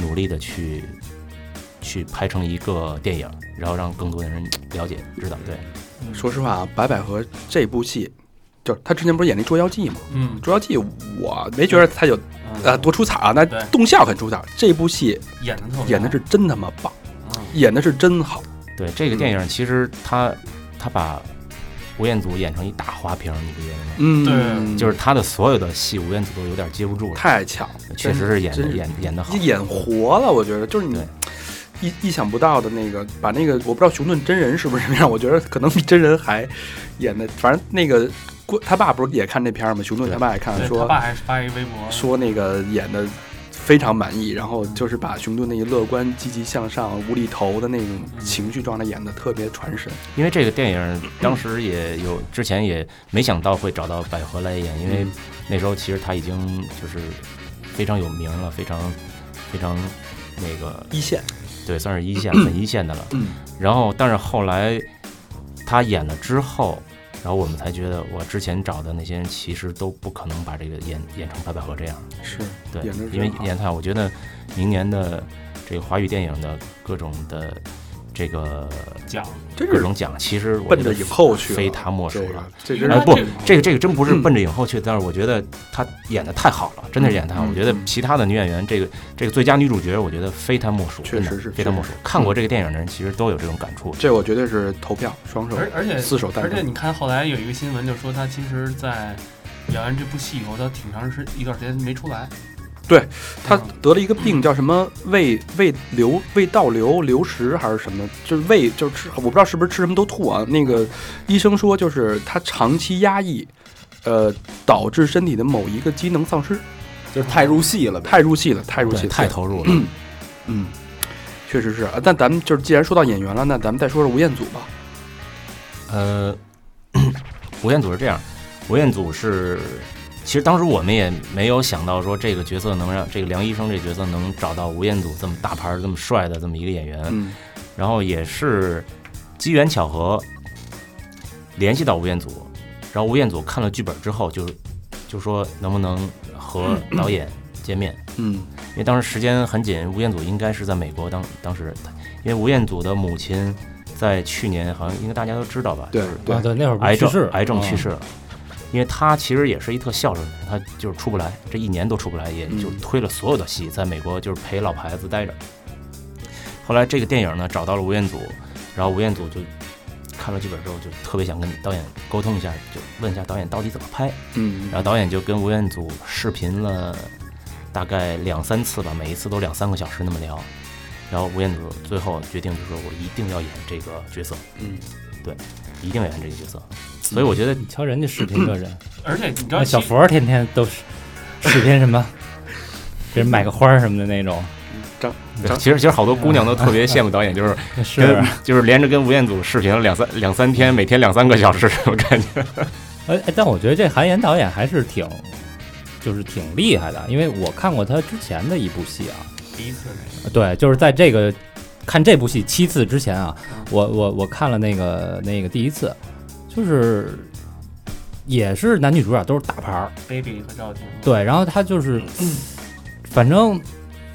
[SPEAKER 7] 努力的去去拍成一个电影，然后让更多的人了解知道。
[SPEAKER 4] 嗯
[SPEAKER 7] 对，
[SPEAKER 4] 说实话啊，白百合这部戏，就是她之前不是演那《捉妖记》吗？
[SPEAKER 8] 嗯
[SPEAKER 4] 《捉妖记》我没觉得她有呃多出彩啊，那
[SPEAKER 8] 对
[SPEAKER 4] 动效很出彩。这部戏
[SPEAKER 8] 演的特别好
[SPEAKER 4] 演的是真他妈棒，
[SPEAKER 8] 嗯
[SPEAKER 4] 演的是真好。
[SPEAKER 7] 对这个电
[SPEAKER 4] 嗯
[SPEAKER 7] 影其实他他把吴彦祖演成一大花瓶，你不觉得吗？
[SPEAKER 4] 嗯，
[SPEAKER 8] 对
[SPEAKER 7] 就是他的所有的戏，吴彦祖都有点接不住了，
[SPEAKER 4] 太巧，
[SPEAKER 7] 确实是演的
[SPEAKER 4] 真是
[SPEAKER 7] 演演的好。
[SPEAKER 4] 演活了，我觉得就是你
[SPEAKER 7] 对。
[SPEAKER 4] 意意想不到的那个，把那个我不知道熊顿真人是不是这样，我觉得可能比真人还演的，反正那个郭他爸不是也看这片儿吗？熊顿他爸也看了，
[SPEAKER 8] 对
[SPEAKER 4] 说
[SPEAKER 8] 他爸还是发一微博，
[SPEAKER 4] 说那个演的非常满意，然后就是把熊顿那一乐观、积极向上、无厘头的那种
[SPEAKER 8] 嗯
[SPEAKER 4] 情绪状态演的特别传神。
[SPEAKER 7] 因为这个电影当时也有，之前也没想到会找到百合来演，因
[SPEAKER 4] 嗯
[SPEAKER 7] 为那时候其实她已经就是非常有名了，非常非常那个
[SPEAKER 4] 一线，
[SPEAKER 7] 对，算是一线很一线的了。
[SPEAKER 4] 嗯，
[SPEAKER 7] 然后但是后来他演了之后，然后我们才觉得，我之前找的那些人其实都不可能把这个演演成白百合这样。
[SPEAKER 4] 是
[SPEAKER 7] 对
[SPEAKER 4] 演得，
[SPEAKER 7] 因为
[SPEAKER 4] 真好
[SPEAKER 7] 演他，我觉得明年的这个华语电影的各种的这个
[SPEAKER 8] 讲
[SPEAKER 4] 真
[SPEAKER 7] 各
[SPEAKER 4] 是
[SPEAKER 7] 种奖，其实我
[SPEAKER 4] 奔
[SPEAKER 7] 觉
[SPEAKER 4] 着
[SPEAKER 7] 得
[SPEAKER 4] 影后去了，
[SPEAKER 7] 非他莫属了。
[SPEAKER 4] 这个，这真
[SPEAKER 7] 哎，
[SPEAKER 4] 是
[SPEAKER 7] 不
[SPEAKER 8] 这个，
[SPEAKER 7] 这个这个真不是
[SPEAKER 4] 嗯
[SPEAKER 7] 奔着影后去，但是我觉得她演的太好了，真的是演得太好。
[SPEAKER 4] 嗯
[SPEAKER 7] 我觉得
[SPEAKER 4] 嗯
[SPEAKER 7] 其他的女演员，这个这个最佳女主角，我觉得非她莫属，
[SPEAKER 4] 确
[SPEAKER 7] 真的
[SPEAKER 4] 实嗯是
[SPEAKER 7] 非她莫属。看过这个电影的人，其实都有这种感触。
[SPEAKER 4] 这我绝对是投票双手
[SPEAKER 8] 而而
[SPEAKER 7] 哎
[SPEAKER 8] 且
[SPEAKER 4] 四手单
[SPEAKER 8] 而且
[SPEAKER 4] 手。
[SPEAKER 8] 你看后来有一个新闻，就说他其实，在演完这部戏以后，他挺长时一段时间没出来。
[SPEAKER 4] 对他
[SPEAKER 8] 嗯
[SPEAKER 4] 得了一个病，叫什么胃胃瘤、胃倒流、流食还是什么？就是胃就是吃，我不知道是不是吃什么都吐啊。那个医生说，就是他长期压抑，呃，导致身体的某一个机能丧失，
[SPEAKER 5] 就是太入戏了呗。
[SPEAKER 4] 太入戏了，太入戏
[SPEAKER 7] 对，
[SPEAKER 4] 了，
[SPEAKER 7] 太
[SPEAKER 4] 对
[SPEAKER 7] 投入了。
[SPEAKER 4] 嗯，确实是。啊但咱们就是既然说到演员了，那咱们再说说吴彦祖吧。
[SPEAKER 7] 嗯呃，吴彦祖是这样，吴彦祖是，其实当时我们也没有想到说这个角色能让这个梁医生这个角色能找到吴彦祖这么大牌儿、这么帅的这么一个演员，
[SPEAKER 4] 嗯
[SPEAKER 7] 然后也是机缘巧合联系到吴彦祖，然后吴彦祖看了剧本之后就就说能不能和导演见面，
[SPEAKER 4] 嗯
[SPEAKER 7] 因为当时时间很紧，吴彦祖应该是在美国当当时，因为吴彦祖的母亲在去年好像应该大家都知道吧，
[SPEAKER 4] 对
[SPEAKER 7] 就是
[SPEAKER 6] 啊，对，那会儿不是
[SPEAKER 7] 癌
[SPEAKER 6] 去
[SPEAKER 7] 症
[SPEAKER 6] 世了，
[SPEAKER 7] 癌症
[SPEAKER 6] 嗯
[SPEAKER 7] 去世了。因为他其实也是一特孝顺的人，他就是出不来，这一年都出不来，也就
[SPEAKER 4] 嗯
[SPEAKER 7] 推了所有的戏，在美国就是陪老牌子待着。后来这个电影呢，找到了吴彦祖，然后吴彦祖就看了剧本之后，就特别想跟导演沟通一下，就问一下导演到底怎么拍。
[SPEAKER 4] 嗯
[SPEAKER 7] 然后导演就跟吴彦祖视频了大概两三次吧，每一次都两三个小时那么聊。然后吴彦祖最后决定就是说我一定要演这个角色，
[SPEAKER 4] 嗯，
[SPEAKER 7] 一定要演这个角色。所以我觉得
[SPEAKER 6] 你瞧人家视频这人，
[SPEAKER 7] 嗯
[SPEAKER 8] 而且你知道
[SPEAKER 6] 那
[SPEAKER 8] 其，
[SPEAKER 6] 小佛儿天天都是视 频什么，给人买个花儿什么的那种，
[SPEAKER 7] 对其实其实好多姑娘都特别羡慕导演，就是
[SPEAKER 6] 嗯是
[SPEAKER 7] 跟。就是连着跟吴彦祖视频了两三两三天，每天两三个小时，我感觉。
[SPEAKER 6] 哎，哎但我觉得这韩延导演还是挺，就是挺厉害的，因为我看过他之前的一部戏啊，
[SPEAKER 8] 第一次那
[SPEAKER 6] 对，就是在这个看这部戏七次之前啊
[SPEAKER 8] 嗯，
[SPEAKER 6] 我我我看了那个那个第一次，就是也是男女主角都是大牌儿，
[SPEAKER 8] 个 Baby 和赵婷，
[SPEAKER 6] 对，然后他就是，反正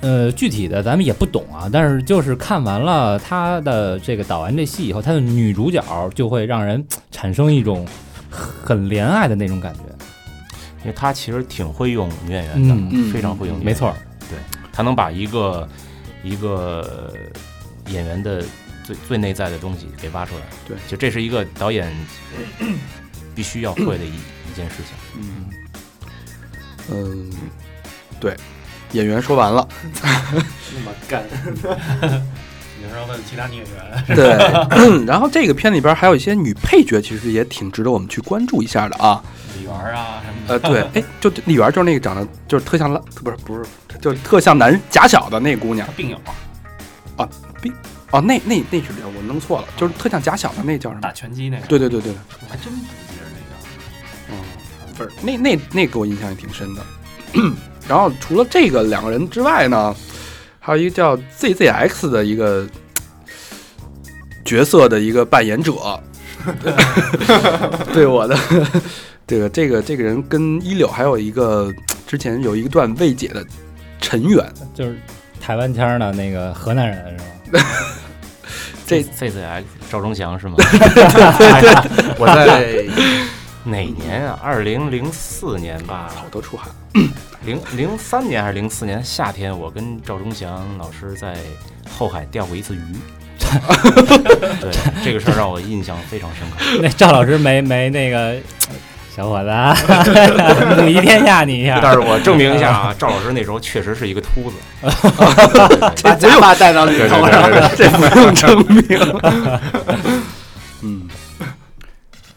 [SPEAKER 6] 呃具体的咱们也不懂啊，但是就是看完了他的这个导完这戏以后，他的女主角就会让人产生一种很怜爱的那种感觉，
[SPEAKER 7] 因为他其实挺会用女演员的，
[SPEAKER 6] 嗯，
[SPEAKER 4] 嗯
[SPEAKER 7] 非常会用女演员
[SPEAKER 6] 没错，，
[SPEAKER 7] 他能把一个一个演员的最最内在的东西给挖出来。
[SPEAKER 4] 对，
[SPEAKER 7] 就这是一个导演呃必须要会的一一件事情。
[SPEAKER 4] 嗯，嗯，对，演员说完了，
[SPEAKER 8] 那么 干。你是要问其他女演员？
[SPEAKER 4] 对。然后这个片里边还有一些女配角，其实也挺值得我们去关注一下的啊。
[SPEAKER 8] 李媛儿啊什么的，
[SPEAKER 4] 呃，对，哎，就李媛就是那个长得就是特像拉，不是不是，就是特像男假小的那姑娘
[SPEAKER 8] 她病友
[SPEAKER 4] 哦，那那那是我弄错了，就是特像假小的那叫什么
[SPEAKER 8] 打？拳击那个，
[SPEAKER 4] 对对对对，
[SPEAKER 8] 我还真不记得那
[SPEAKER 4] 嗯，不是，那那那给我印象也挺深的。然后除了这个两个人之外呢，还有一个叫 ZZX 的一个角色的一个扮演 者，对我的这个这个这个人跟一柳还有一个之前有一段未解的尘缘，
[SPEAKER 6] 就是台湾腔儿的那个河南人是吧？
[SPEAKER 4] 这
[SPEAKER 7] C C X 赵忠祥是吗？
[SPEAKER 5] 我在
[SPEAKER 7] 哪年啊？二零零四年吧，
[SPEAKER 4] 好多出汗。
[SPEAKER 7] 零零三年还是零四年夏天，我跟赵忠祥老师在后海钓过一次鱼。对这个事儿让我印象非常深 刻。
[SPEAKER 6] 那赵老师没没那个小伙子啊， 母仪天下你一下，
[SPEAKER 7] 但是我证明一下啊，赵老师那时候确实是一个秃子。
[SPEAKER 5] 把假发戴到里
[SPEAKER 7] 对对
[SPEAKER 5] 头
[SPEAKER 7] 对
[SPEAKER 5] 了。
[SPEAKER 7] 对对
[SPEAKER 4] 这不 用证明。嗯，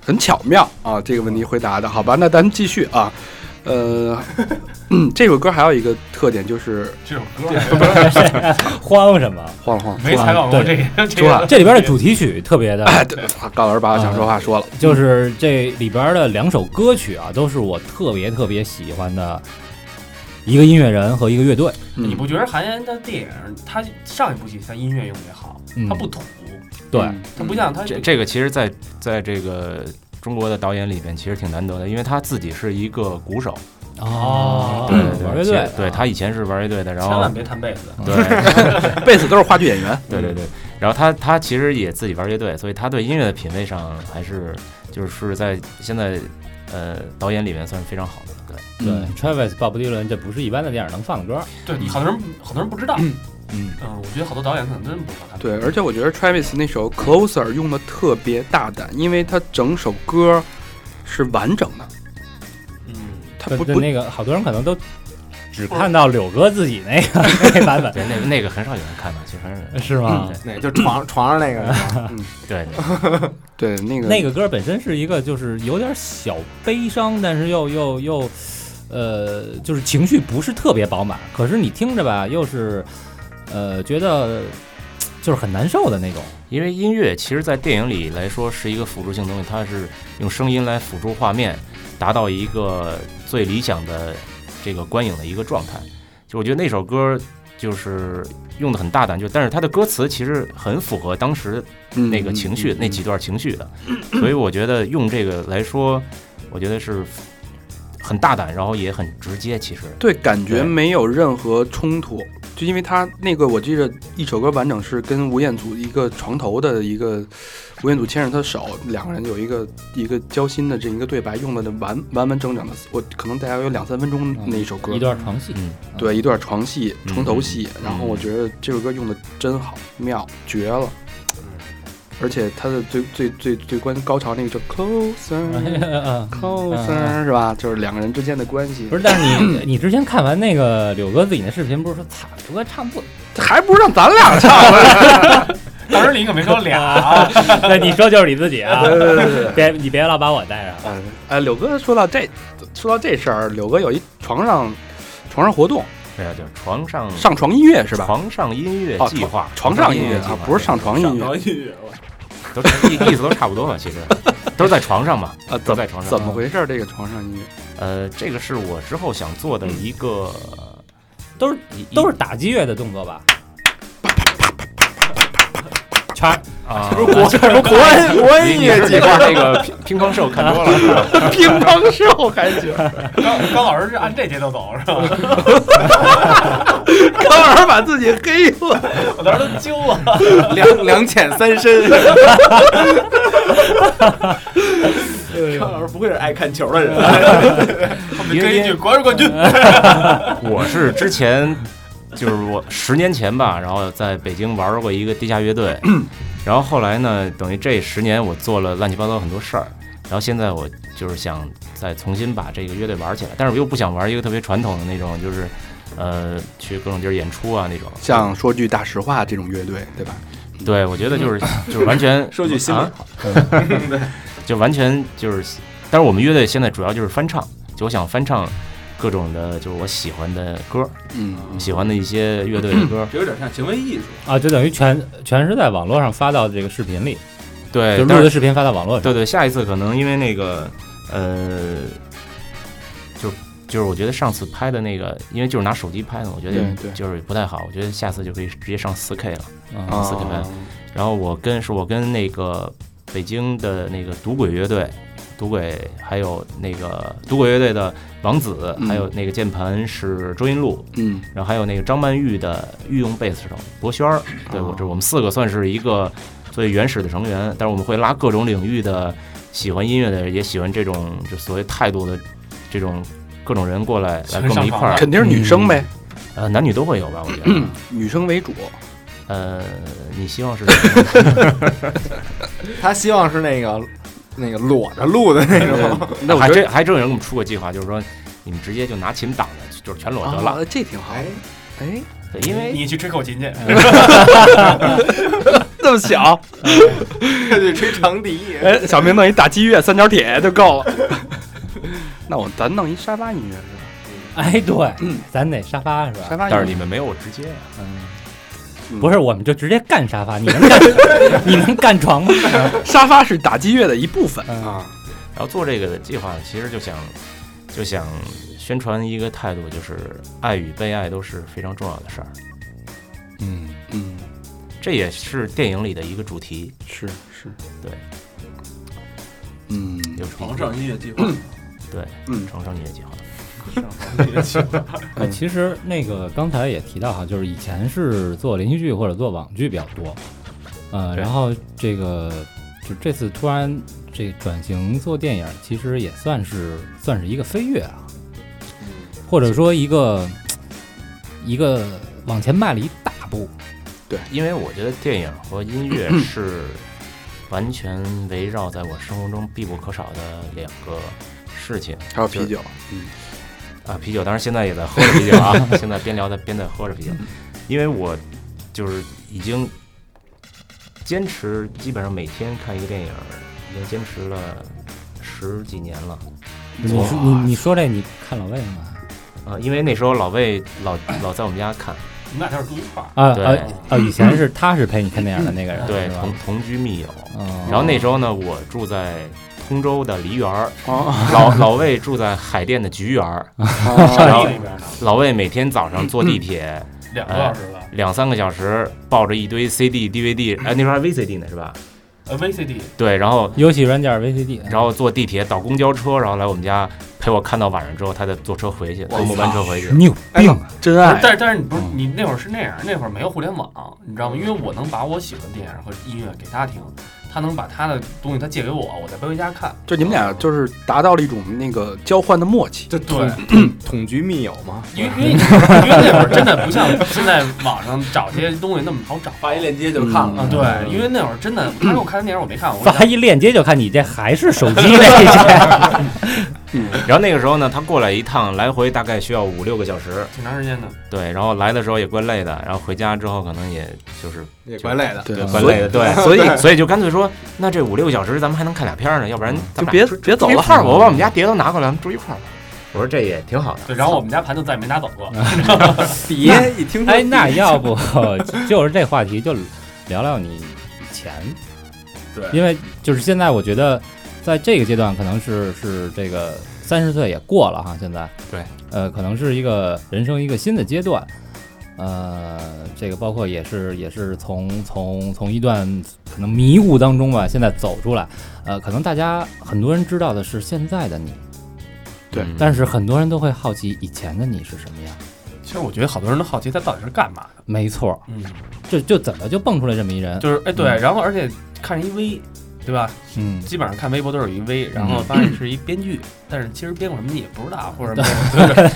[SPEAKER 4] 很巧妙啊，这个问题回答的好吧？那咱们继续啊，呃，嗯，这首歌还有一个特点就是
[SPEAKER 8] 个这首歌
[SPEAKER 6] 慌什么？
[SPEAKER 4] 晃了晃，
[SPEAKER 8] 没采访过这个这
[SPEAKER 4] 出来
[SPEAKER 8] 个
[SPEAKER 6] 这里边的主题曲特别的，
[SPEAKER 4] 哎，对，高老师把我想
[SPEAKER 5] 嗯
[SPEAKER 4] 说话说了，
[SPEAKER 6] 就是这里边的两首歌曲啊，都是我特别特别喜欢的一个音乐人和一个乐队，
[SPEAKER 4] 嗯
[SPEAKER 8] 你不觉得韩延的电影，他上一部戏他音乐用的也好，
[SPEAKER 6] 嗯
[SPEAKER 8] 他不土，嗯
[SPEAKER 6] 对，
[SPEAKER 8] 他不像
[SPEAKER 4] 嗯
[SPEAKER 8] 他
[SPEAKER 7] 这这个其实在，在这个中国的导演里边，其实挺难得的，因为他自己是一个鼓手，
[SPEAKER 6] 哦
[SPEAKER 7] 对对对
[SPEAKER 6] 玩乐
[SPEAKER 7] 其
[SPEAKER 6] 队
[SPEAKER 7] 实，对他以前是玩乐队的，然
[SPEAKER 8] 千
[SPEAKER 7] 后
[SPEAKER 8] 万别弹贝斯。
[SPEAKER 4] 嗯
[SPEAKER 7] 对
[SPEAKER 4] 啊 贝斯都是话剧演员，
[SPEAKER 7] 对对对，然后他他其实也自己玩乐队，所以他对音乐的品味上还是就是在现在呃导演里面算是非常好的了，对。
[SPEAKER 6] 对，Travis 嗯鲍勃迪伦，这不是一般的电影能放的歌儿，
[SPEAKER 8] 对，好多人好多人不知道。
[SPEAKER 4] 嗯
[SPEAKER 6] 嗯
[SPEAKER 8] 嗯，我觉得好多导演可能真不知道他。
[SPEAKER 4] 对，而且我觉得 Travis 那首 Closer 用的特别大胆，因为他整首歌是完整的，
[SPEAKER 8] 嗯，
[SPEAKER 4] 他
[SPEAKER 6] 对
[SPEAKER 4] 不
[SPEAKER 6] 对
[SPEAKER 4] 不
[SPEAKER 6] 那个好多人可能都只看到柳哥自己那个那版本，嗯
[SPEAKER 7] 对， 那个那个很少有人看到，其实很少有人。
[SPEAKER 6] 是吗？
[SPEAKER 4] 嗯
[SPEAKER 5] 那就床床上那个是吧
[SPEAKER 7] 对，对
[SPEAKER 4] 对那个
[SPEAKER 6] 那个歌本身是一个就是有点小悲伤，但是又又又，呃，就是情绪不是特别饱满，可是你听着吧，又是，呃，觉得就是很难受的那种。
[SPEAKER 7] 因为音乐其实，在电影里来说是一个辅助性东西，它是用声音来辅助画面，达到一个最理想的这个观影的一个状态。就我觉得那首歌就是用的很大胆，就但是它的歌词其实很符合当时
[SPEAKER 4] 嗯
[SPEAKER 7] 那个情绪、
[SPEAKER 4] 嗯
[SPEAKER 7] 那几段情绪的，所以我觉得用这个来说，我觉得是很大胆，然后也很直接。其实，
[SPEAKER 4] 对感觉
[SPEAKER 7] 对
[SPEAKER 4] 没有任何冲突，就因为他那个我记着一首歌完整是跟吴彦祖一个床头的一个吴彦祖牵着他手，两个人有一个一个交心的这一个对白，用了完完完整整的，我可能大概有两三分钟那一首歌，
[SPEAKER 6] 一段床戏，
[SPEAKER 7] 嗯，
[SPEAKER 4] 对一段床戏、
[SPEAKER 7] 嗯
[SPEAKER 4] 床头戏，
[SPEAKER 7] 嗯
[SPEAKER 4] 然后我觉得这首歌用的真好，妙，绝了。而且它的最最最最关高潮那个叫 closer
[SPEAKER 6] 嗯
[SPEAKER 4] closer 是吧？就是两个人之间的关系
[SPEAKER 6] 不，是，但是你你之前看完那个柳哥自己的视频，不是说操，柳哥唱不，
[SPEAKER 4] 还不如让咱 俩唱。
[SPEAKER 8] 当时你可没说俩啊，
[SPEAKER 6] 那你说就是你自己啊，
[SPEAKER 4] 对对对。
[SPEAKER 6] 别你别老把我带上。
[SPEAKER 4] 嗯，哎，柳哥说到这，说到这事儿，柳哥有一床上床上活动，
[SPEAKER 7] 对啊，就是床上
[SPEAKER 4] 上床音乐是吧？
[SPEAKER 7] 床上音乐
[SPEAKER 4] 哦
[SPEAKER 7] 计划，
[SPEAKER 4] 嗯床上
[SPEAKER 7] 上
[SPEAKER 4] 音乐
[SPEAKER 7] 乐
[SPEAKER 4] 啊，不是上床音乐
[SPEAKER 7] 都意意思都差不多 嘛，其实都是在床上嘛。
[SPEAKER 4] 啊？怎
[SPEAKER 7] 都在
[SPEAKER 4] 么
[SPEAKER 7] 床上
[SPEAKER 4] 怎么回事儿？这个床上音乐，
[SPEAKER 7] 呃，这个是我之后想做的一个，
[SPEAKER 4] 嗯
[SPEAKER 6] 都是
[SPEAKER 7] 一
[SPEAKER 6] 都是打击乐的动作吧？圈儿
[SPEAKER 7] 啊，
[SPEAKER 5] 什么国安国安音
[SPEAKER 7] 你
[SPEAKER 5] 乐
[SPEAKER 7] 是
[SPEAKER 5] 计
[SPEAKER 7] 那
[SPEAKER 5] 划
[SPEAKER 7] 块？那个 乒乒乓秀看多 了是吧？
[SPEAKER 4] 乒乓秀还行，
[SPEAKER 8] 高高老师是按这节奏走是吧？
[SPEAKER 4] 高老师把自己黑了。
[SPEAKER 8] 我当时都揪了。
[SPEAKER 5] 两两浅三深。张老师不愧是爱看球的人，
[SPEAKER 8] 我们跟一句国是冠军。
[SPEAKER 7] 我是之前 就是我十年前吧，然后在北京玩过一个地下 乐队，然后后来呢，等于这十年我做了乱七八糟很多事儿，然后现在我就是想再重新把这个乐队玩起来，但是我又不想玩一个特别传统的那种，就是呃去各种地儿演出啊那种。
[SPEAKER 4] 像说句大实话这种乐队，对吧？
[SPEAKER 7] 对，我觉 得就是就是完全
[SPEAKER 5] 说句心里
[SPEAKER 7] 啊， 就完全就是，但是我们乐队现在主要就是翻唱，就我想翻唱各种的，就是我喜欢的歌，
[SPEAKER 4] 嗯，
[SPEAKER 7] 喜欢的一些乐队的歌，
[SPEAKER 5] 有点像行为艺术。
[SPEAKER 6] 啊，就等于全全是在网络上发到这个视频里，
[SPEAKER 7] 对，
[SPEAKER 6] 就录
[SPEAKER 7] 但
[SPEAKER 6] 的
[SPEAKER 7] 是
[SPEAKER 6] 视频发到网络上。
[SPEAKER 7] 对对，下一次可能因为那个呃，就就是我觉得上次拍的那个，因为就是拿手机拍的，我觉
[SPEAKER 4] 对
[SPEAKER 7] 得
[SPEAKER 4] 对
[SPEAKER 7] 就是不太好，我觉得下次就可以直接上4 K 了。嗯
[SPEAKER 6] 啊，
[SPEAKER 4] 啊
[SPEAKER 7] 四个人然后我跟是我跟那个北京的那个赌鬼乐队，赌鬼还有那个赌鬼乐队的王子，
[SPEAKER 4] 嗯
[SPEAKER 7] 还有那个键盘是周云露，
[SPEAKER 4] 嗯，
[SPEAKER 7] 然后还有那个张曼玉的御用贝斯手博轩
[SPEAKER 4] 哦
[SPEAKER 7] 儿，对我这我们四个算是一个最原始的成员，但是我们会拉各种领域的喜欢音乐的，也喜欢这种就所谓态度的这种各种人过来来跟我们一块儿，
[SPEAKER 4] 肯定是女生呗，
[SPEAKER 7] 呃，男女都会有吧，我觉得，
[SPEAKER 4] 女生为主。
[SPEAKER 7] 呃，你希望是
[SPEAKER 5] 他希望是那个那个裸着录的那种，
[SPEAKER 4] 那我
[SPEAKER 7] 还
[SPEAKER 4] 觉
[SPEAKER 7] 真还真有人给我们出过计划，就是说你们直接就拿琴挡着，就是全裸
[SPEAKER 4] 得
[SPEAKER 7] 得了。
[SPEAKER 4] 啊，这挺好。哎，
[SPEAKER 7] 对因为
[SPEAKER 8] 你去吹口琴去，
[SPEAKER 4] 这么小，
[SPEAKER 5] 对，吹长笛。
[SPEAKER 4] 哎，小明弄一打击乐三角铁就够了。 那我咱弄一沙发音乐是吧？
[SPEAKER 6] 哎，对，咱得沙发是
[SPEAKER 4] 沙
[SPEAKER 6] 吧？
[SPEAKER 4] 发音乐，
[SPEAKER 7] 但是你们没有直接呀、
[SPEAKER 6] 不是，我们就直接干沙发，你能干 你能干床吗？
[SPEAKER 4] 沙发是打击乐的一部分
[SPEAKER 6] 嗯
[SPEAKER 4] 啊。
[SPEAKER 7] 然后做这个计划，其实就想就想宣传一个态度，就是爱与被爱都是非常重要的事儿。
[SPEAKER 1] 嗯，
[SPEAKER 4] 嗯，
[SPEAKER 7] 这也是电影里的一个主题。
[SPEAKER 4] 是是，
[SPEAKER 7] 对，
[SPEAKER 4] 嗯，
[SPEAKER 7] 有什么
[SPEAKER 9] 皇上音乐计 划，
[SPEAKER 7] 对，
[SPEAKER 4] 嗯
[SPEAKER 7] 成上音乐计划。
[SPEAKER 6] 哎，其实那个刚才也提到哈，就是以前是做连续剧或者做网剧比较多，呃，
[SPEAKER 7] 对
[SPEAKER 6] 然后这个就这次突然这转型做电影，其实也算是算是一个飞跃啊，或者说一个一个往前迈了一大步。
[SPEAKER 7] 因为我觉得电影和音 乐是完全围绕在我生活中必不可少的两个事情
[SPEAKER 4] 还有啤酒，
[SPEAKER 7] 啊。啤酒，当然现在也在喝着啤酒啊， 现在边聊的边在喝着啤酒，因为我就是已经坚持，基本上每天看一个电影，已经坚持了十几年了。
[SPEAKER 6] 你说你你说这你看老魏吗？
[SPEAKER 7] 啊，因为那时候老魏老老在我们家看，
[SPEAKER 8] 你们俩要是住一块儿，
[SPEAKER 6] 啊
[SPEAKER 7] 对
[SPEAKER 6] 啊啊！以前是他是陪你看电影的那个人，
[SPEAKER 7] 对
[SPEAKER 6] 是吧
[SPEAKER 7] 同同居密友，
[SPEAKER 6] 哦
[SPEAKER 7] 然后那时候呢，我住在通州的梨园儿，
[SPEAKER 4] 哦，
[SPEAKER 7] 老老魏住在海淀的菊园儿，
[SPEAKER 6] 哦
[SPEAKER 8] 上
[SPEAKER 7] 然后
[SPEAKER 8] 地那边呢，
[SPEAKER 7] 老魏每天早上坐地铁
[SPEAKER 8] 两个小时吧，
[SPEAKER 7] 两三个小时，抱着一堆 CD、DVD，哎，那时候还 VCD 呢是吧？
[SPEAKER 8] 呃，VCD
[SPEAKER 7] 对，然后
[SPEAKER 6] 游戏软件 VCD，
[SPEAKER 7] 然后坐地铁倒公交车，然后来我们家陪我看到晚上之后，他再坐车回去，坐末班车回去。
[SPEAKER 6] 你有
[SPEAKER 8] 哎
[SPEAKER 6] 病啊！
[SPEAKER 4] 真
[SPEAKER 8] 不是
[SPEAKER 4] 爱，
[SPEAKER 8] 但是但是你不是
[SPEAKER 4] 嗯
[SPEAKER 8] 你那会儿是那样，那会儿没有互联网，你知道吗？因为我能把我喜欢的电影和音乐给他听，他能把他的东西他借给我，我再背回家看。
[SPEAKER 4] 就你们俩就是达到了一种那个交换的默契，
[SPEAKER 5] 这
[SPEAKER 8] 对，
[SPEAKER 5] 统统局密友嘛，
[SPEAKER 8] 因为因为因为那会儿真的不像现在网上找些东西那么好找。
[SPEAKER 9] 发一链接就看
[SPEAKER 8] 啊
[SPEAKER 9] 了。，
[SPEAKER 8] 对，因为那会儿真的，他给我看的电影我没看，我
[SPEAKER 6] 发一链接就看你这还是手机那些，
[SPEAKER 7] 嗯然后那个时候呢，他过来一趟，来回大概需要五六个小时，
[SPEAKER 8] 挺长时间的。
[SPEAKER 7] 对，然后来的时候也怪累的，然后回家之后可能也就是
[SPEAKER 5] 也怪累的。
[SPEAKER 4] 对
[SPEAKER 1] 啊
[SPEAKER 7] 怪累的，对，
[SPEAKER 4] 所以
[SPEAKER 7] 所以就干脆说，那这五六个小时咱们还能看俩片儿呢，要不然咱
[SPEAKER 4] 就
[SPEAKER 7] 们俩
[SPEAKER 4] 别
[SPEAKER 7] 住
[SPEAKER 4] 别走
[SPEAKER 7] 住一
[SPEAKER 4] 了，
[SPEAKER 7] 块儿吧，我把我们家碟都拿过来，咱们住一块儿吧。我说这也挺好的，
[SPEAKER 8] 对，然后我们家盘就再也没拿走过。
[SPEAKER 5] 碟一听说，
[SPEAKER 6] 哎，那要不就是这话题就聊聊你以前，
[SPEAKER 5] 对
[SPEAKER 6] 因为就是现在我觉得在这个阶段可能是是这个三十岁也过了哈，现在
[SPEAKER 7] 对，
[SPEAKER 6] 呃，可能是一个人生一个新的阶段。呃，这个包括也是也是从从从一段可能迷雾当中吧，现在走出来。呃，可能大家很多人知道的是现在的你，
[SPEAKER 4] 对
[SPEAKER 6] 但
[SPEAKER 7] 是
[SPEAKER 6] 是很多人都会好奇以前的你是什么样。
[SPEAKER 8] 其实我觉得好多人都好奇他到底是干嘛的。
[SPEAKER 6] 没错，
[SPEAKER 8] 嗯，
[SPEAKER 6] 就就怎么就蹦出来这么一人？
[SPEAKER 8] 就是哎对，
[SPEAKER 6] 嗯
[SPEAKER 8] 然后而且看人一 V，对吧？
[SPEAKER 6] 嗯，
[SPEAKER 8] 基本上看微博都有一 V，然后 发现是一编剧，但是其实编过什么你也不知道，或者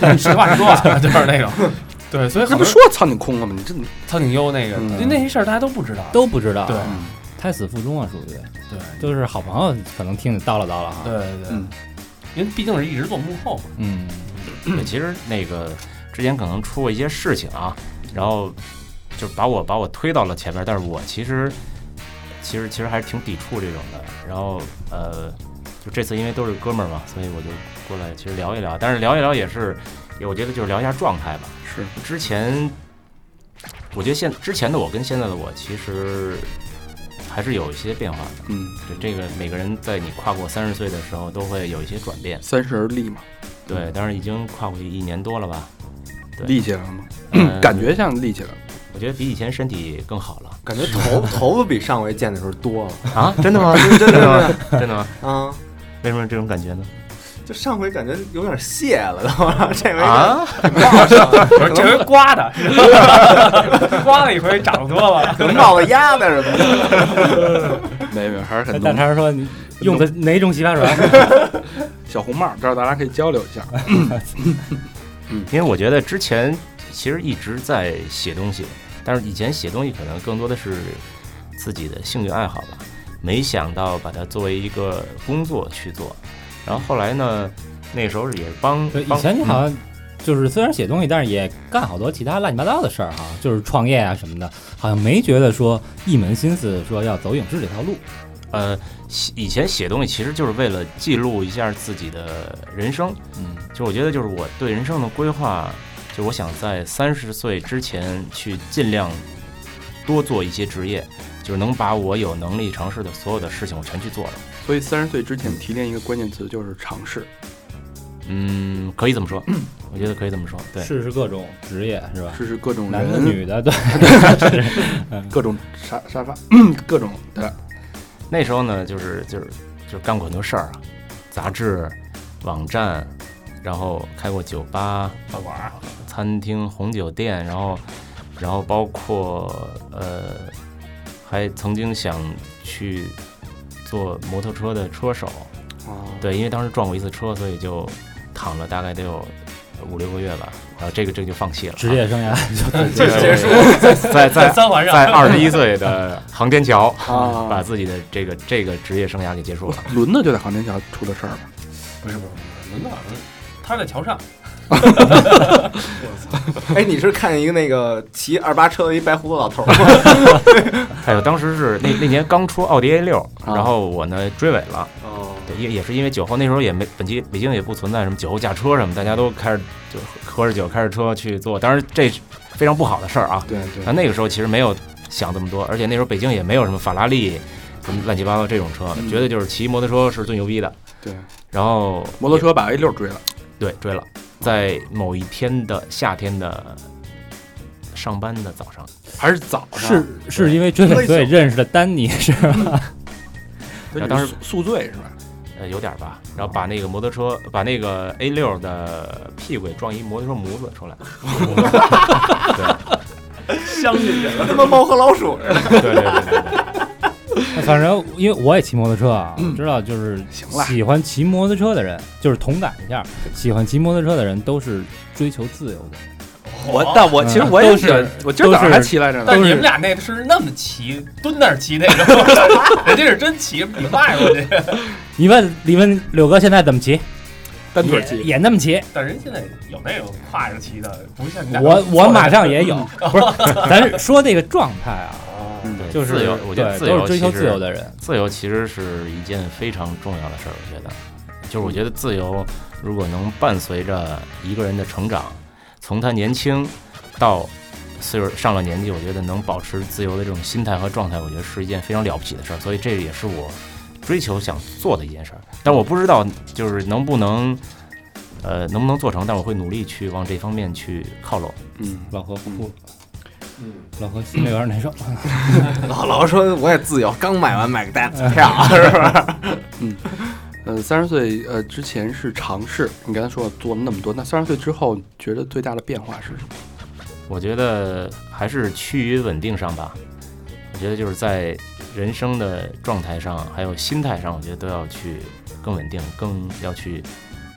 [SPEAKER 8] 没有实话实说 啊，就是那种。对，所以
[SPEAKER 4] 这
[SPEAKER 8] 很
[SPEAKER 4] 不
[SPEAKER 8] 多
[SPEAKER 4] 说苍井空了吗？你这
[SPEAKER 8] 苍井优那个，
[SPEAKER 4] 嗯
[SPEAKER 8] 因为那些事儿大家都不知道。啊
[SPEAKER 6] 都不知道，
[SPEAKER 8] 对
[SPEAKER 6] 胎死腹中啊，属于
[SPEAKER 8] 对
[SPEAKER 6] 就是好朋友可能听着叨了叨了哈，啊
[SPEAKER 8] 对，对对
[SPEAKER 4] 嗯，
[SPEAKER 8] 因为毕竟是一直做幕后嘛。
[SPEAKER 6] 嗯，
[SPEAKER 7] 其实那个之前可能出过一些事情啊，然后就把我把我推到了前面，但是我其实其实其实还是挺抵触这种的。然后呃，就这次因为都是哥们儿嘛，所以我就过来其实聊一聊，但是聊一聊也是，也我觉得就是聊一下状态吧。
[SPEAKER 4] 是
[SPEAKER 7] 之前，我觉得现之前的我跟现在的我其实还是有一些变化的。
[SPEAKER 4] 嗯，
[SPEAKER 7] 对这个每个人在你跨过三十岁的时候都会有一些转变。
[SPEAKER 4] 三十而立嘛，
[SPEAKER 7] 对，当然已经跨过一年多了吧。对
[SPEAKER 4] 立起来了吗？
[SPEAKER 7] 嗯
[SPEAKER 4] 感觉像立起来了，
[SPEAKER 7] 我觉得比以前身体更好了
[SPEAKER 5] 感觉 头头发比上回见的时候多了
[SPEAKER 7] 啊！真的吗？真的吗？ 真的吗？
[SPEAKER 5] 啊！
[SPEAKER 7] 为什么有这种感觉呢？
[SPEAKER 5] 就上回感觉有点卸了，都 这回
[SPEAKER 7] 啊，
[SPEAKER 8] 我说这回刮的， 刮了一回，长得多了。
[SPEAKER 5] 可能冒个鸭子什么的。
[SPEAKER 4] 没没，还是
[SPEAKER 6] 哎
[SPEAKER 4] 很
[SPEAKER 6] 大
[SPEAKER 4] 浓。
[SPEAKER 6] 肠说你用的哪种洗发水？啊
[SPEAKER 4] 小红帽，这儿大家可以交流一下。
[SPEAKER 7] 因为我觉得之前其实一直在写东西，但是以前写东西可能更多的是自己的兴趣爱好吧，没想到把它作为一个工作去做。然后后来呢，那时候也是帮
[SPEAKER 6] 对，以
[SPEAKER 7] 帮
[SPEAKER 6] 前你好像就是虽然写东西，但是也干好多其他乱七八糟的事儿哈，就是创业啊什么的，好像没觉得说一门心思说要走影视这条路，
[SPEAKER 7] 呃，写以前写东西其实就是为了记录一下自己的人生，
[SPEAKER 6] 嗯，
[SPEAKER 7] 就我觉得就是我对人生的规划，就我想在三十岁之前去尽量多做一些职业，就是能把我有能力尝试的所有的事情我全去做了。
[SPEAKER 4] 所以三十岁之前提炼一个关键词就是尝试，
[SPEAKER 7] 嗯，可以这么说，我觉得可以这么说，对，
[SPEAKER 6] 试试各种职业是吧？
[SPEAKER 4] 试试各种
[SPEAKER 6] 男的、
[SPEAKER 4] 人、
[SPEAKER 6] 女的，对，
[SPEAKER 4] 各种沙沙发，各种对，
[SPEAKER 7] 那时候呢，就是就是就是干过很多事儿啊，杂志、网站，然后开过酒吧、
[SPEAKER 8] 饭馆儿，
[SPEAKER 7] 餐厅、红酒店，然后然后包括呃，还曾经想去做摩托车的车手，
[SPEAKER 4] 哦，
[SPEAKER 7] 对，因为当时撞过一次车，所以就躺了大概得有五六个月吧，然后这个这个就放弃了啊，
[SPEAKER 6] 职业 生涯
[SPEAKER 7] 这个结束，在在
[SPEAKER 8] 在 三环上
[SPEAKER 7] 在二十一岁的航天桥
[SPEAKER 4] 啊
[SPEAKER 7] 把自己的这个这个职业生涯给结束了。
[SPEAKER 4] 轮子就在航天桥出的事儿吧？
[SPEAKER 8] 不是不是不是，轮到轮，啊他是在桥上，
[SPEAKER 5] 哎，你是看一个那个骑二八车的一白胡子老头儿吗？
[SPEAKER 7] 哎呦，当时是那那年刚出奥迪 A 六，
[SPEAKER 4] 啊
[SPEAKER 7] 然后我呢追尾了，
[SPEAKER 5] 哦，
[SPEAKER 7] 对也也是因为酒后那时候也没本期北京也不存在什么酒后驾车什么，大家都开着就喝着酒开着车去做，当然这是非常不好的事儿啊。
[SPEAKER 4] 对对
[SPEAKER 7] 但那个时候其实没有想这么多，而且那时候北京也没有什么法拉利。什么乱七八糟这种车，
[SPEAKER 4] 嗯
[SPEAKER 7] 觉得就是骑摩托车是最牛逼的。
[SPEAKER 4] 对，
[SPEAKER 7] 然后
[SPEAKER 4] 摩托车把 A 六追了，
[SPEAKER 7] 对，追了，在某一天的夏天的上班的早上，
[SPEAKER 4] 还是早上
[SPEAKER 6] 是是因为追尾所以认识的丹尼是吧？
[SPEAKER 4] 对
[SPEAKER 7] 当时
[SPEAKER 4] 你是宿醉是吧？
[SPEAKER 7] 呃，有点儿吧，然后把那个摩托车，把那个 A 六的屁股给撞一摩托车模子 出来，
[SPEAKER 8] 乡亲人，
[SPEAKER 5] 他妈猫和老鼠似的。
[SPEAKER 7] 对对对对对，
[SPEAKER 6] 反正因为我也骑摩托车啊，我知道就是
[SPEAKER 4] 嗯行了
[SPEAKER 6] 喜欢骑摩托车的人，就是同感一下，喜欢骑摩托车的人都是追求自由的。嗯
[SPEAKER 4] 我但我其实我也
[SPEAKER 6] 都是
[SPEAKER 4] 喜欢我今儿早上还骑来着呢
[SPEAKER 8] 但。是你们俩那是那么骑，蹲那儿骑那种， 人家是真骑，你迈过去。
[SPEAKER 6] 你问你问柳哥现在怎么骑？
[SPEAKER 4] 单腿
[SPEAKER 6] 也
[SPEAKER 4] 骑
[SPEAKER 6] 也那么骑。
[SPEAKER 8] 但人现在有那种跨着骑的，不像你俩
[SPEAKER 6] 我我马上也有，
[SPEAKER 4] 嗯
[SPEAKER 6] 不是，咱说这个状态啊，
[SPEAKER 8] 嗯
[SPEAKER 7] 对
[SPEAKER 6] 就是
[SPEAKER 7] 自由，我觉得
[SPEAKER 6] 对
[SPEAKER 7] 自由
[SPEAKER 6] 都是追求
[SPEAKER 7] 其实
[SPEAKER 6] 自由的人，
[SPEAKER 7] 自由其实是一件非常重要的事儿，我觉得，就是我觉得自由如果能伴随着一个人的成长，从他年轻到岁数上了年纪，我觉得能保持自由的这种心态和状态，我觉得是一件非常了不起的事儿，所以这也是我追求想做的一件事儿，但我不知道就是能不能。呃，能不能做成？但我会努力去往这方面去靠拢。
[SPEAKER 4] 嗯，
[SPEAKER 6] 老何哭，
[SPEAKER 5] 嗯，
[SPEAKER 6] 老何心里有点难受。
[SPEAKER 5] 老老说我也自由，刚买完买个 大彩票，是不是？
[SPEAKER 4] 呃，三十岁呃之前是尝试，你刚才说做了那么多，那三十岁之后觉得最大的变化是什么？
[SPEAKER 7] 我觉得还是趋于稳定上吧。我觉得就是在人生的状态上，还有心态上，我觉得都要去更稳定，更要去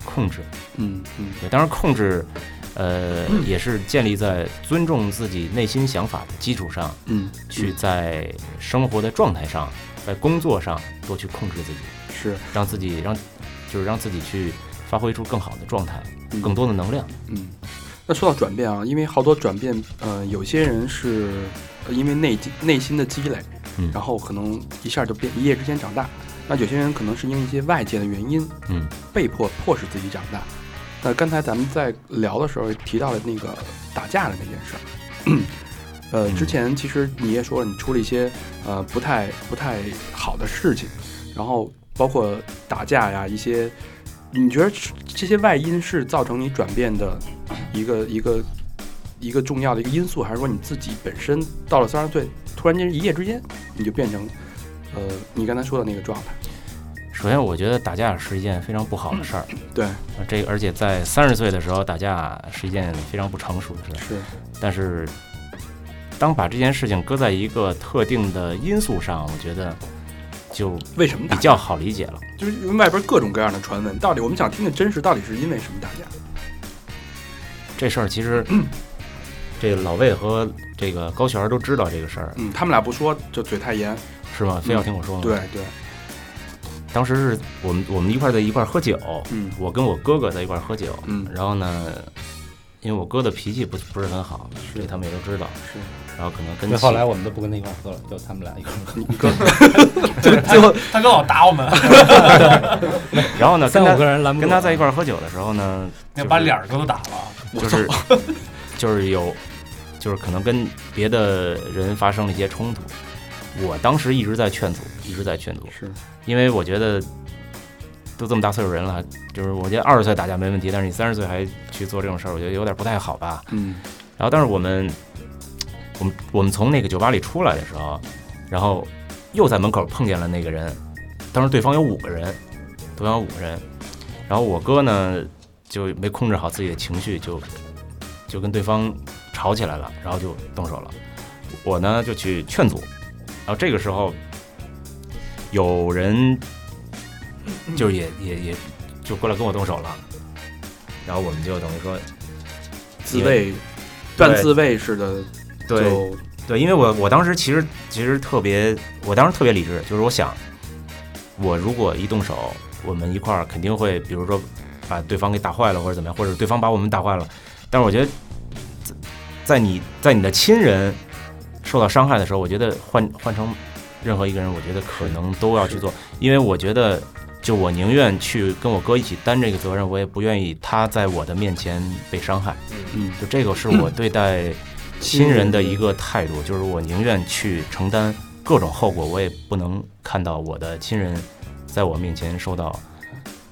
[SPEAKER 7] 控制。
[SPEAKER 4] 嗯嗯
[SPEAKER 7] 对，当然控制，呃，也是建立在尊重自己内心想法的基础上，
[SPEAKER 4] 嗯，
[SPEAKER 7] 去
[SPEAKER 4] 嗯
[SPEAKER 7] 在呃生活的状态上，在工作上多去控制自己，
[SPEAKER 4] 嗯是
[SPEAKER 7] 让自己让就是让自己去发挥出更好的状态，
[SPEAKER 4] 嗯
[SPEAKER 7] 更多的能量。
[SPEAKER 4] 嗯，那说到转变啊，因为好多转变，呃，有些人是呃因为内积内心的积累，
[SPEAKER 7] 嗯
[SPEAKER 4] 然后可能一下就变一夜之间长大。那有些人可能是因为一些外界的原因，
[SPEAKER 7] 嗯，
[SPEAKER 4] 被迫迫使自己长大。那刚才咱们在聊的时候也提到了那个打架的那件事儿， 呃，
[SPEAKER 7] 嗯
[SPEAKER 4] 之前其实你也说了，你出了一些呃不太不太好的事情，然后包括打架呀一些，你觉得这些外因是造成你转变的一个一个一个重要的一个因素，还是说你自己本身到了三十岁，突然间一夜之间你就变成呃你刚才说的那个状态？
[SPEAKER 7] 首先，我觉得打架是一件非常不好的事儿。
[SPEAKER 4] 对，
[SPEAKER 7] 呃这而且在三十岁的时候打架是一件非常不成熟的事，
[SPEAKER 4] 是，
[SPEAKER 7] 但是当把这件事情搁在一个特定的因素上，我觉得就
[SPEAKER 4] 为什么
[SPEAKER 7] 比
[SPEAKER 4] 打架？
[SPEAKER 7] 较好理解了。
[SPEAKER 4] 就是因为外边各种各样的传闻，到底我们想听的真实到底是因为什么打架？
[SPEAKER 7] 这事儿其实，
[SPEAKER 4] 嗯
[SPEAKER 7] 这老魏和这个高璇儿都知道这个事儿，
[SPEAKER 4] 嗯，哦他们俩不说就嘴太严，
[SPEAKER 7] 是吗？非要听我说吗？
[SPEAKER 4] 嗯对，对，
[SPEAKER 7] 当时是我们我们一块儿在一块儿喝酒，
[SPEAKER 4] 嗯
[SPEAKER 7] 我跟我哥哥在一块儿喝酒，
[SPEAKER 4] 嗯
[SPEAKER 7] 然后呢，因为我哥的脾气不不是很好，这他们也都知道，
[SPEAKER 4] 是。
[SPEAKER 7] 然后可能跟
[SPEAKER 6] 所以
[SPEAKER 7] 其
[SPEAKER 6] 后来我们都不跟他一块儿喝了，就他们俩一块儿喝。
[SPEAKER 8] 最后他跟我打我们，
[SPEAKER 7] 然后呢，跟
[SPEAKER 6] 三
[SPEAKER 7] 他
[SPEAKER 6] 五个人拦不
[SPEAKER 7] 跟
[SPEAKER 6] 住
[SPEAKER 7] 他在一块儿喝酒的时候呢，
[SPEAKER 8] 那
[SPEAKER 7] 就
[SPEAKER 8] 把
[SPEAKER 7] 是
[SPEAKER 8] 脸儿都打了。
[SPEAKER 7] 就是 就是有就是可能跟别的人发生了一些冲突。我当时一直在劝阻，一直在劝阻，
[SPEAKER 4] 是
[SPEAKER 7] 因为我觉得都这么大岁数人了，就是我觉得二十岁打架没问题，但是你三十岁还去做这种事儿，我觉得有点不太好吧。
[SPEAKER 4] 嗯
[SPEAKER 7] 然后，但是我们，我们我们从那个酒吧里出来的时候，然后又在门口碰见了那个人，当时对方有五个人，对方有五个人，然后我哥呢就没控制好自己的情绪，就就跟对方吵起来了，然后就动手了。我呢就去劝阻，然后这个时候有人就是也也也就过来跟我动手了，然后我们就等于说
[SPEAKER 4] 自卫，半自卫似的，
[SPEAKER 7] 对
[SPEAKER 4] 就
[SPEAKER 7] 对，因为我我当时其实其实特别，我当时特别理智，就是我想，我如果一动手，我们一块儿肯定会，比如说把对方给打坏了，或者怎么样，或者对方把我们打坏了。但是我觉得，在在你在你的亲人受到伤害的时候，我觉得换换成任何一个人，我觉得可能都要去做，因为我觉得，就我宁愿去跟我哥一起担这个责任，我也不愿意他在我的面前被伤害。
[SPEAKER 4] 嗯
[SPEAKER 7] 就这个是我对待亲人的一个态度，就是我宁愿去承担各种后果，我也不能看到我的亲人在我面前受到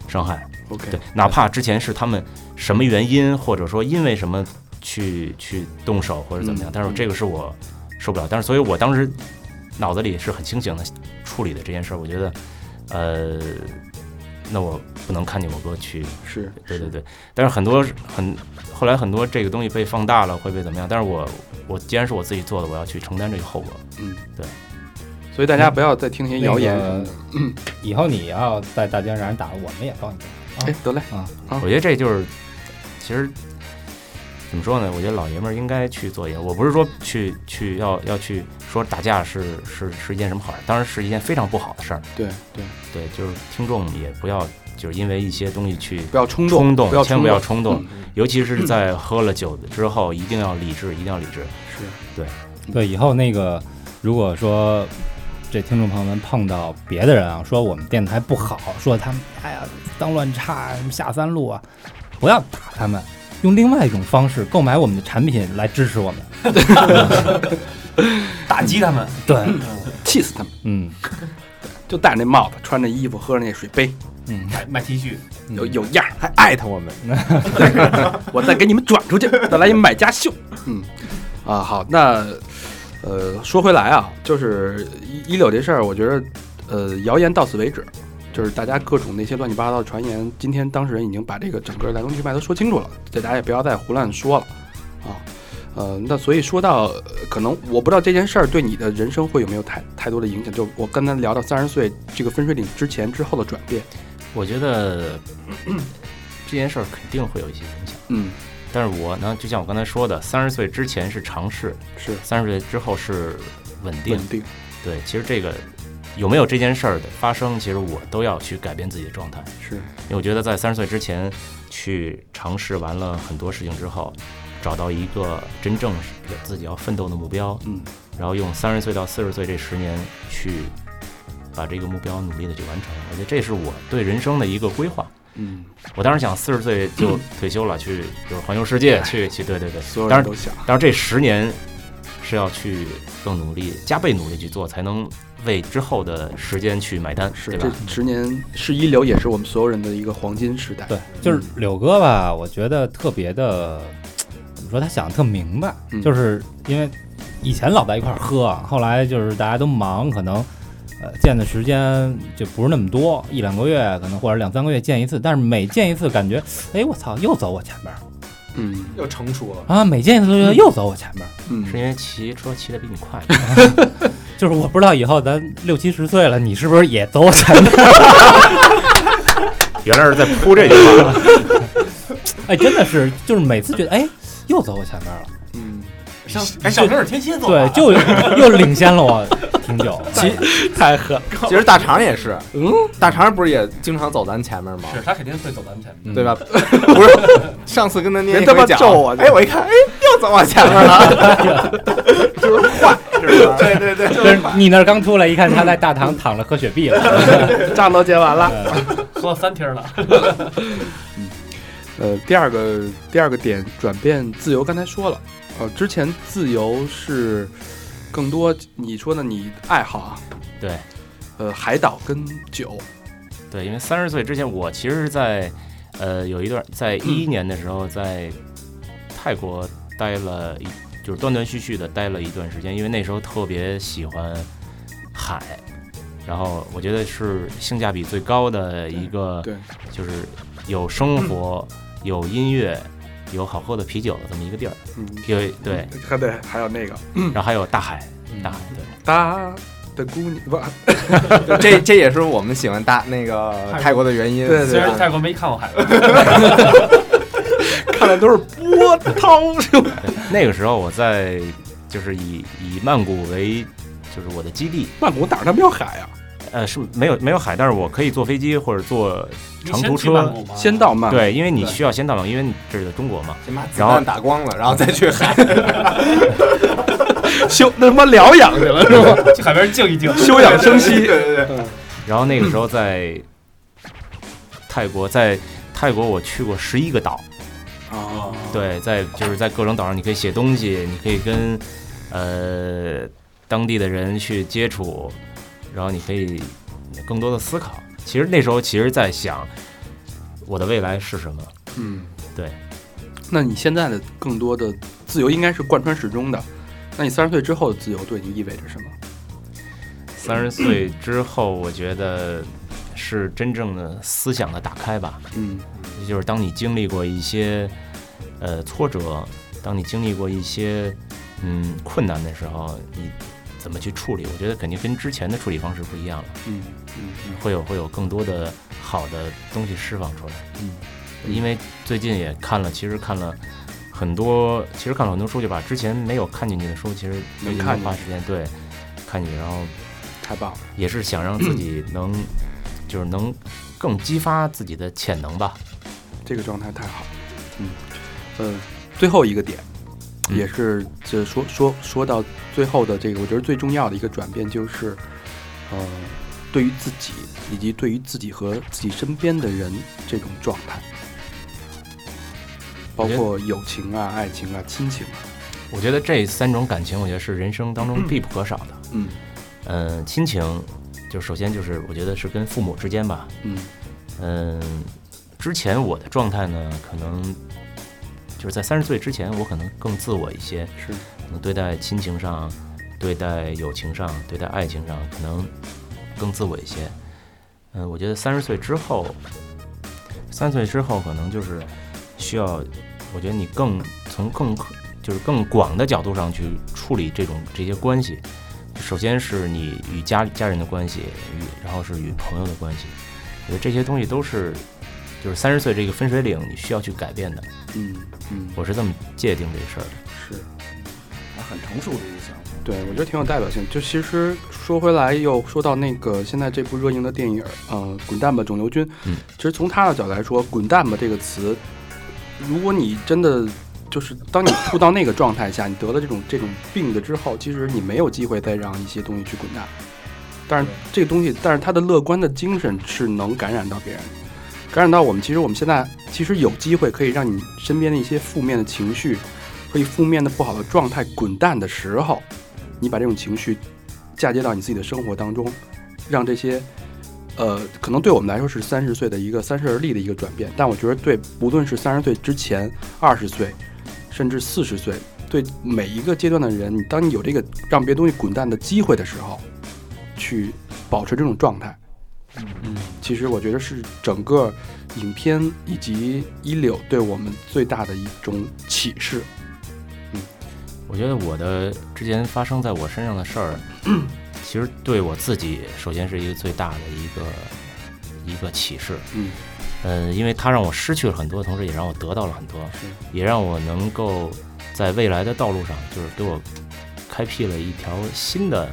[SPEAKER 7] 伤害。
[SPEAKER 4] ，OK，
[SPEAKER 7] 对，哪怕之前是他们什么原因，或者说因为什么去去动手或者怎么样
[SPEAKER 4] 嗯，
[SPEAKER 7] 但是这个是我受不了。但是所以我当时脑子里是很清醒的处理的这件事儿，我觉得，呃，那我不能看见我哥去
[SPEAKER 4] 是
[SPEAKER 7] 对对对，但是很多很后来很多这个东西被放大了，会被怎么样？但是我我既然是我自己做的，我要去承担这个后果。
[SPEAKER 4] 所以大家不要再听一些谣言。
[SPEAKER 6] 那个嗯以后你要在大街上让人打了，我们也帮你打。
[SPEAKER 4] 哎，得嘞，啊
[SPEAKER 7] 我觉得这就是，其实怎么说呢？我觉得老爷们儿应该去做一个。我不是说去去要要去说打架是是是一件什么好事，当然是一件非常不好的事儿。
[SPEAKER 4] 对对，
[SPEAKER 7] 对，就是听众也不要就是因为一些东西去
[SPEAKER 4] 不要冲动，
[SPEAKER 7] 冲动，
[SPEAKER 4] 不要
[SPEAKER 7] 千万不要冲动
[SPEAKER 4] 嗯，
[SPEAKER 7] 尤其是在喝了酒之后，一定要理智，一定要理智。
[SPEAKER 4] 是
[SPEAKER 6] 对，以后那个如果说这听众朋友们碰到别的人啊，说我们电台不好，说他们哎呀当乱差啊什么下三路啊，不要打他们，用另外一种方式购买我们的产品来支持我们。
[SPEAKER 8] 打击他们，
[SPEAKER 6] 对，
[SPEAKER 4] 气死他们！
[SPEAKER 6] 嗯
[SPEAKER 4] 就戴着那帽子，穿着衣服，喝着那水杯，
[SPEAKER 6] 嗯，
[SPEAKER 8] 买卖 T 恤，
[SPEAKER 4] 有有样儿。
[SPEAKER 5] 还艾特我们，
[SPEAKER 4] 我再给你们转 出去，再来一买家秀。嗯，啊，好，那呃，说回来啊，就是一一柳这事儿，我觉得呃，谣言到此为止，就是大家各种那些乱七八糟的传言，今天当事人已经把这个整个来龙去脉都说清楚了，大家也不要再胡乱说了啊。呃，那所以说到，呃可能我不知道这件事儿对你的人生会有没有太太多的影响。就我刚才聊到三十岁这个分水岭之前之后的转变，
[SPEAKER 7] 我觉得咳咳这件事儿肯定会有一些影响，
[SPEAKER 4] 嗯，
[SPEAKER 7] 但是我呢，就像我刚才说的，三十岁之前是尝试，
[SPEAKER 4] 是
[SPEAKER 7] 三十岁之后是稳定。
[SPEAKER 4] 稳定，
[SPEAKER 7] 对，其实这个有没有这件事儿的发生，其实我都要去改变自己的状态，
[SPEAKER 4] 是
[SPEAKER 7] 因为我觉得在三十岁之前去尝试完了很多事情之后，找到一个真正是自己要奋斗的目标，
[SPEAKER 4] 嗯，
[SPEAKER 7] 然后用三十岁到四十岁这十年去把这个目标努力的去完成，我觉得这是我对人生的一个规划。
[SPEAKER 4] 嗯，
[SPEAKER 7] 我当时想四十岁就退休了，去就是环游世界，去去对对对。
[SPEAKER 4] 所有
[SPEAKER 7] 当
[SPEAKER 4] 人
[SPEAKER 7] 然
[SPEAKER 4] 都想，
[SPEAKER 7] 当然这十年是要去更努力、加倍努力去做，才能为之后的时间去买单，
[SPEAKER 4] 是
[SPEAKER 7] 对
[SPEAKER 4] 这
[SPEAKER 7] 吧？
[SPEAKER 4] 十年是一流，也是我们所有人的一个黄金时代。
[SPEAKER 6] 对，就是柳哥吧，我觉得特别的，怎么说？他想的特明白，
[SPEAKER 4] 嗯
[SPEAKER 6] 就是因为以前老在一块儿喝啊，后来就是大家都忙，可能呃见的时间就不是那么多，一两个月可能或者两三个月见一次，但是每见一次感觉，哎，我操，又走我前面儿
[SPEAKER 4] 嗯
[SPEAKER 5] 又成熟了。
[SPEAKER 6] 啊！每见一次都觉得又走我前面儿，
[SPEAKER 4] 嗯，
[SPEAKER 7] 是因为骑车骑得比你快，
[SPEAKER 6] 就是我不知道以后咱六七十岁了，你是不是也走我前面儿？
[SPEAKER 7] 原来是在铺这 句话。
[SPEAKER 6] 哎，真的是，就是每次觉得，哎，又走我前面儿了，
[SPEAKER 4] 嗯，
[SPEAKER 8] 上哎，小时候是天蝎座
[SPEAKER 6] 对
[SPEAKER 8] 啊，，
[SPEAKER 6] 就又领先了我挺久。其
[SPEAKER 4] 太狠，
[SPEAKER 5] 其实大肠也是，
[SPEAKER 4] 嗯，
[SPEAKER 5] 大肠不是也经常走咱前面吗？
[SPEAKER 8] 是他肯定会走咱们前面。
[SPEAKER 5] 对吧？嗯 不是，上次跟他捏一
[SPEAKER 4] 人他妈
[SPEAKER 5] 回脚
[SPEAKER 4] 咒我
[SPEAKER 5] 哎，我一看，哎，又走我前面了， 就是坏，是吧？对对对，
[SPEAKER 6] 就是你那儿刚出来一看，他在大堂躺着喝雪碧了。
[SPEAKER 4] 账都结完了。
[SPEAKER 8] 喝了三瓶了，
[SPEAKER 4] 呃，第二个第二个点转变自由，刚才说了，呃，之前自由是更多你说的你爱好啊，
[SPEAKER 7] 对，
[SPEAKER 4] 呃，海岛跟酒，
[SPEAKER 7] 对，因为三十岁之前，我其实是在呃有一段 在一一年的时候在泰国待了一，就是断断续续的待了一段时间，因为那时候特别喜欢海。然后我觉得是性价比最高的一个，
[SPEAKER 4] 对，
[SPEAKER 7] 就是有生活、有音乐、有好喝的啤酒的这么一个地儿，
[SPEAKER 4] 嗯，
[SPEAKER 7] 有对，
[SPEAKER 4] 还得还有那个
[SPEAKER 7] 然后还有大海，大海对。
[SPEAKER 4] 大的姑娘不，
[SPEAKER 5] 这这也是我们喜欢大那个泰国的原因。
[SPEAKER 4] 对对
[SPEAKER 8] 虽然
[SPEAKER 4] 对
[SPEAKER 8] 泰国没看过海，
[SPEAKER 4] 看的都是波涛。
[SPEAKER 7] 那个时候我在就是以以曼谷为就是我的基地，
[SPEAKER 4] 曼谷哪儿那么有海啊？
[SPEAKER 7] 呃，是没有没有海，但是我可以坐飞机或者坐
[SPEAKER 8] 你
[SPEAKER 7] 长
[SPEAKER 8] 先
[SPEAKER 7] 途
[SPEAKER 8] 去曼
[SPEAKER 7] 车。
[SPEAKER 8] 谷吗？
[SPEAKER 4] 先到曼谷，
[SPEAKER 7] 对，因为你
[SPEAKER 8] 对
[SPEAKER 7] 需要先到曼谷，因为你这是中国嘛。
[SPEAKER 5] 先把子
[SPEAKER 7] 然后
[SPEAKER 5] 弹打光了，然后再去 海。
[SPEAKER 4] 休那他妈疗养去了是吧？
[SPEAKER 8] 去海边静一静，
[SPEAKER 4] 休养 生息。
[SPEAKER 7] 然后那个时候在泰国，在泰国我去过十一个岛，
[SPEAKER 4] 啊，
[SPEAKER 7] 对，在就是在各种岛上，你可以写东西，你可以跟呃当地的人去接触，然后你可以更多的思考。其实那时候其实在想我的未来是什么。
[SPEAKER 4] 嗯，
[SPEAKER 7] 对。
[SPEAKER 4] 那你现在的更多的自由应该是贯穿始终的。那你三十岁之后的自由对你意味着什么？
[SPEAKER 7] 三十岁之后，我觉得是真正的思想的打开吧。
[SPEAKER 4] 嗯
[SPEAKER 7] 就是当你经历过一些呃挫折，当你经历过一些嗯困难的时候，你怎么去处理？我觉得肯定跟之前的处理方式不一样了，
[SPEAKER 4] 嗯嗯
[SPEAKER 7] 会有会有更多的好的东西释放出来。
[SPEAKER 4] 嗯，
[SPEAKER 7] 因为最近也看了，其实看了。很多其实看了很多书，就把之前没有看进去的书，其实最
[SPEAKER 4] 能
[SPEAKER 7] 近
[SPEAKER 4] 看
[SPEAKER 7] 花
[SPEAKER 4] 进
[SPEAKER 7] 时间对看进去，然后
[SPEAKER 4] 嗯，太棒了。
[SPEAKER 7] 也是想让自己能，就是能更激发自己的潜能吧。
[SPEAKER 4] 这个状态太好。嗯，呃，最后一个点，
[SPEAKER 7] 嗯
[SPEAKER 4] 也是这说说说到最后的这个，我觉得最重要的一个转变就是，呃，对于自己以及对于自己和自己身边的人这种状态，包
[SPEAKER 7] 我觉得
[SPEAKER 4] 括友情啊、爱情啊、亲情啊，
[SPEAKER 7] 我觉得这三种感情，我觉得是人生当中必不可少的。
[SPEAKER 4] 嗯
[SPEAKER 7] 嗯，亲情，就首先就是我觉得是跟父母之间吧。
[SPEAKER 4] 嗯
[SPEAKER 7] 嗯，之前我的状态呢，可能就是在三十岁之前，我可能更自我一些，
[SPEAKER 4] 是
[SPEAKER 7] 可能对待亲情上、对待友情上、对待爱情上，可能更自我一些。嗯，我觉得三十岁之后，三十岁之后可能就是需要，我觉得你更从更就是更广的角度上去处理这种这些关系。首先是你与家家人的关系，与然后是与朋友的关系，我觉得这些东西都是就是三十岁这个分水岭你需要去改变的。
[SPEAKER 4] 嗯嗯，
[SPEAKER 7] 我是这么界定这事儿的。
[SPEAKER 4] 是。
[SPEAKER 9] 很成熟的一个想法。
[SPEAKER 4] 对，我觉得挺有代表性。就其实说回来，又说到那个现在这部热映的电影，呃，《滚蛋吧，肿瘤君》。
[SPEAKER 7] 嗯，
[SPEAKER 4] 其实从他的角度来说，“滚蛋吧”这个词，如果你真的就是当你处到那个状态下，你得了这种这种病了之后，其实你没有机会再让一些东西去滚蛋。但是这个东西，但是他的乐观的精神是能感染到别人，感染到我们。其实我们现在其实有机会可以让你身边的一些负面的情绪和一负面的不好的状态滚蛋的时候，你把这种情绪嫁接到你自己的生活当中，让这些呃，可能对我们来说是三十岁的一个三十而立的一个转变，但我觉得对，不论是三十岁之前、二十岁，甚至四十岁，对每一个阶段的人，你当你有这个让别的东西滚蛋的机会的时候，去保持这种状态，
[SPEAKER 8] 嗯，
[SPEAKER 4] 其实我觉得是整个影片以及一柳对我们最大的一种启示。
[SPEAKER 7] 我觉得我的之前发生在我身上的 事儿，其实对我自己首先是一个最大的一个一个启示。
[SPEAKER 4] 嗯，
[SPEAKER 7] 呃，因为它让我失去了很多，同时也让我得到了很多，
[SPEAKER 4] 是
[SPEAKER 7] 也让我能够在未来的道路上，就是给我开辟了一条新的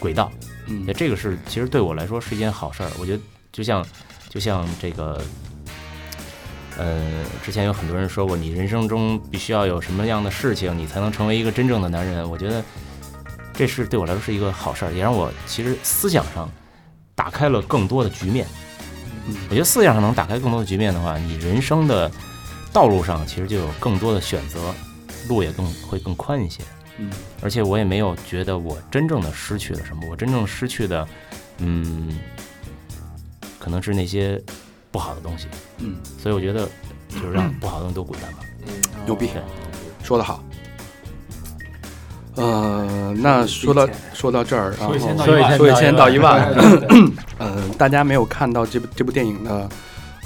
[SPEAKER 7] 轨道。
[SPEAKER 4] 嗯
[SPEAKER 7] 那，这个是其实对我来说是一件好事儿。我觉得就像就像这个，呃，之前有很多人说过，你人生中必须要有什么样的事情，你才能成为一个真正的男人。我觉得这是对我来说是一个好事儿，也让我其实思想上打开了更多的局面。我觉得思想上能打开更多的局面的话，你人生的道路上其实就有更多的选择，路也更会更宽一些。
[SPEAKER 4] 嗯，
[SPEAKER 7] 而且我也没有觉得我真正的失去了什么，我真正失去的，嗯，可能是那些不好的东西。
[SPEAKER 4] 嗯，
[SPEAKER 7] 所以我觉得就是让不好的东西都滚蛋吧。
[SPEAKER 4] 牛逼
[SPEAKER 7] 对，
[SPEAKER 4] 说得好。呃，那说到说到这儿，然后
[SPEAKER 6] 所以
[SPEAKER 4] 所以
[SPEAKER 6] 现
[SPEAKER 4] 先
[SPEAKER 6] 在
[SPEAKER 4] 到一万。呃，大家没有看到这部这部电影的，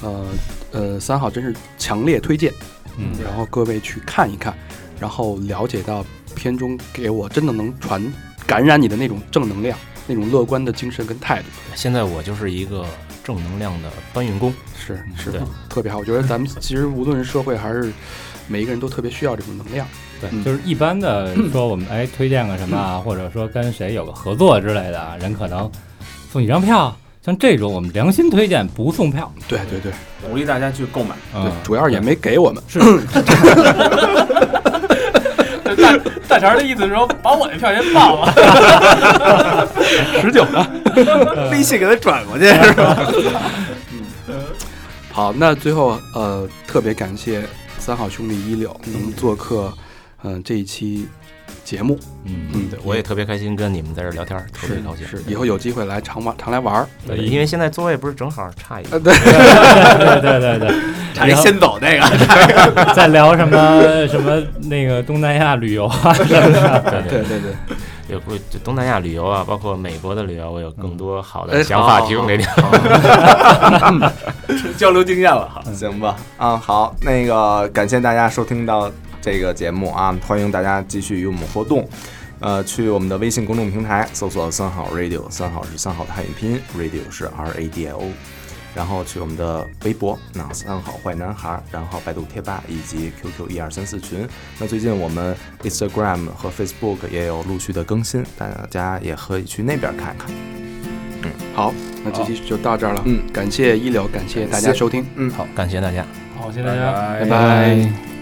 [SPEAKER 4] 呃呃，三好真是强烈推荐，
[SPEAKER 6] 嗯，
[SPEAKER 4] 然后各位去看一看，然后了解到片中给我真的能传感染你的那种正能量，那种乐观的精神跟态度，
[SPEAKER 7] 现在我就是一个正能量的搬运工。嗯
[SPEAKER 4] 是是
[SPEAKER 7] 对
[SPEAKER 4] 特别好。我觉得咱们其实无论是社会还是每一个人都特别需要这种能量。嗯
[SPEAKER 6] 对，就是一般的说我们哎推荐个什么啊，或者说跟谁有个合作之类的啊，人可能送你张票，像这种我们良心推荐不送票，
[SPEAKER 4] 对对对，
[SPEAKER 9] 鼓励大家去购买。
[SPEAKER 6] 嗯
[SPEAKER 4] 对，，主要是也没给我们。
[SPEAKER 8] 大肠的意思是说，把我的票先报了。
[SPEAKER 5] 微信给他转过去是吧？
[SPEAKER 4] 好，那最后呃，特别感谢三好兄弟一柳能做客，嗯、这一期节目，
[SPEAKER 6] 嗯，
[SPEAKER 4] 嗯，
[SPEAKER 7] 对，我也特别开心跟你们在这儿聊天儿，特别高兴。
[SPEAKER 4] 是以后有机会来常玩常来玩儿，
[SPEAKER 7] 对，因为现在座位不是正好差一个
[SPEAKER 4] 呃，，对，
[SPEAKER 6] 对对对 对，
[SPEAKER 5] 差一先走那个，
[SPEAKER 6] 再聊什么什么那个东南亚旅游啊什么的，
[SPEAKER 7] 对
[SPEAKER 4] 呃对对对，
[SPEAKER 7] 有过就东南亚旅游啊，包括美国的旅游，我有更多好
[SPEAKER 4] 哎
[SPEAKER 7] 的想法
[SPEAKER 4] 好
[SPEAKER 7] 提供给你。
[SPEAKER 5] 交流经验了，好行吧？啊，好，那个感谢大家收听到这个节目啊，欢迎大家继续与我们互动。呃，去我们的微信公众平台搜索“三好 radio”，三好是三好的汉语拼音，radio 是 R A D I O。然后去我们的微博，那三好坏男孩，然后百度贴吧以及 QQ 一二三四群。那最近我们 Instagram 和 Facebook 也有陆续的更新，大家也可以去那边看看。
[SPEAKER 4] 好，那这期就到这儿了，
[SPEAKER 5] 嗯，
[SPEAKER 4] 感谢一柳，感谢大
[SPEAKER 5] 感
[SPEAKER 4] 家
[SPEAKER 5] 谢
[SPEAKER 4] 收听，
[SPEAKER 7] 好，感谢大家。
[SPEAKER 8] 好，谢谢大家。
[SPEAKER 4] 拜拜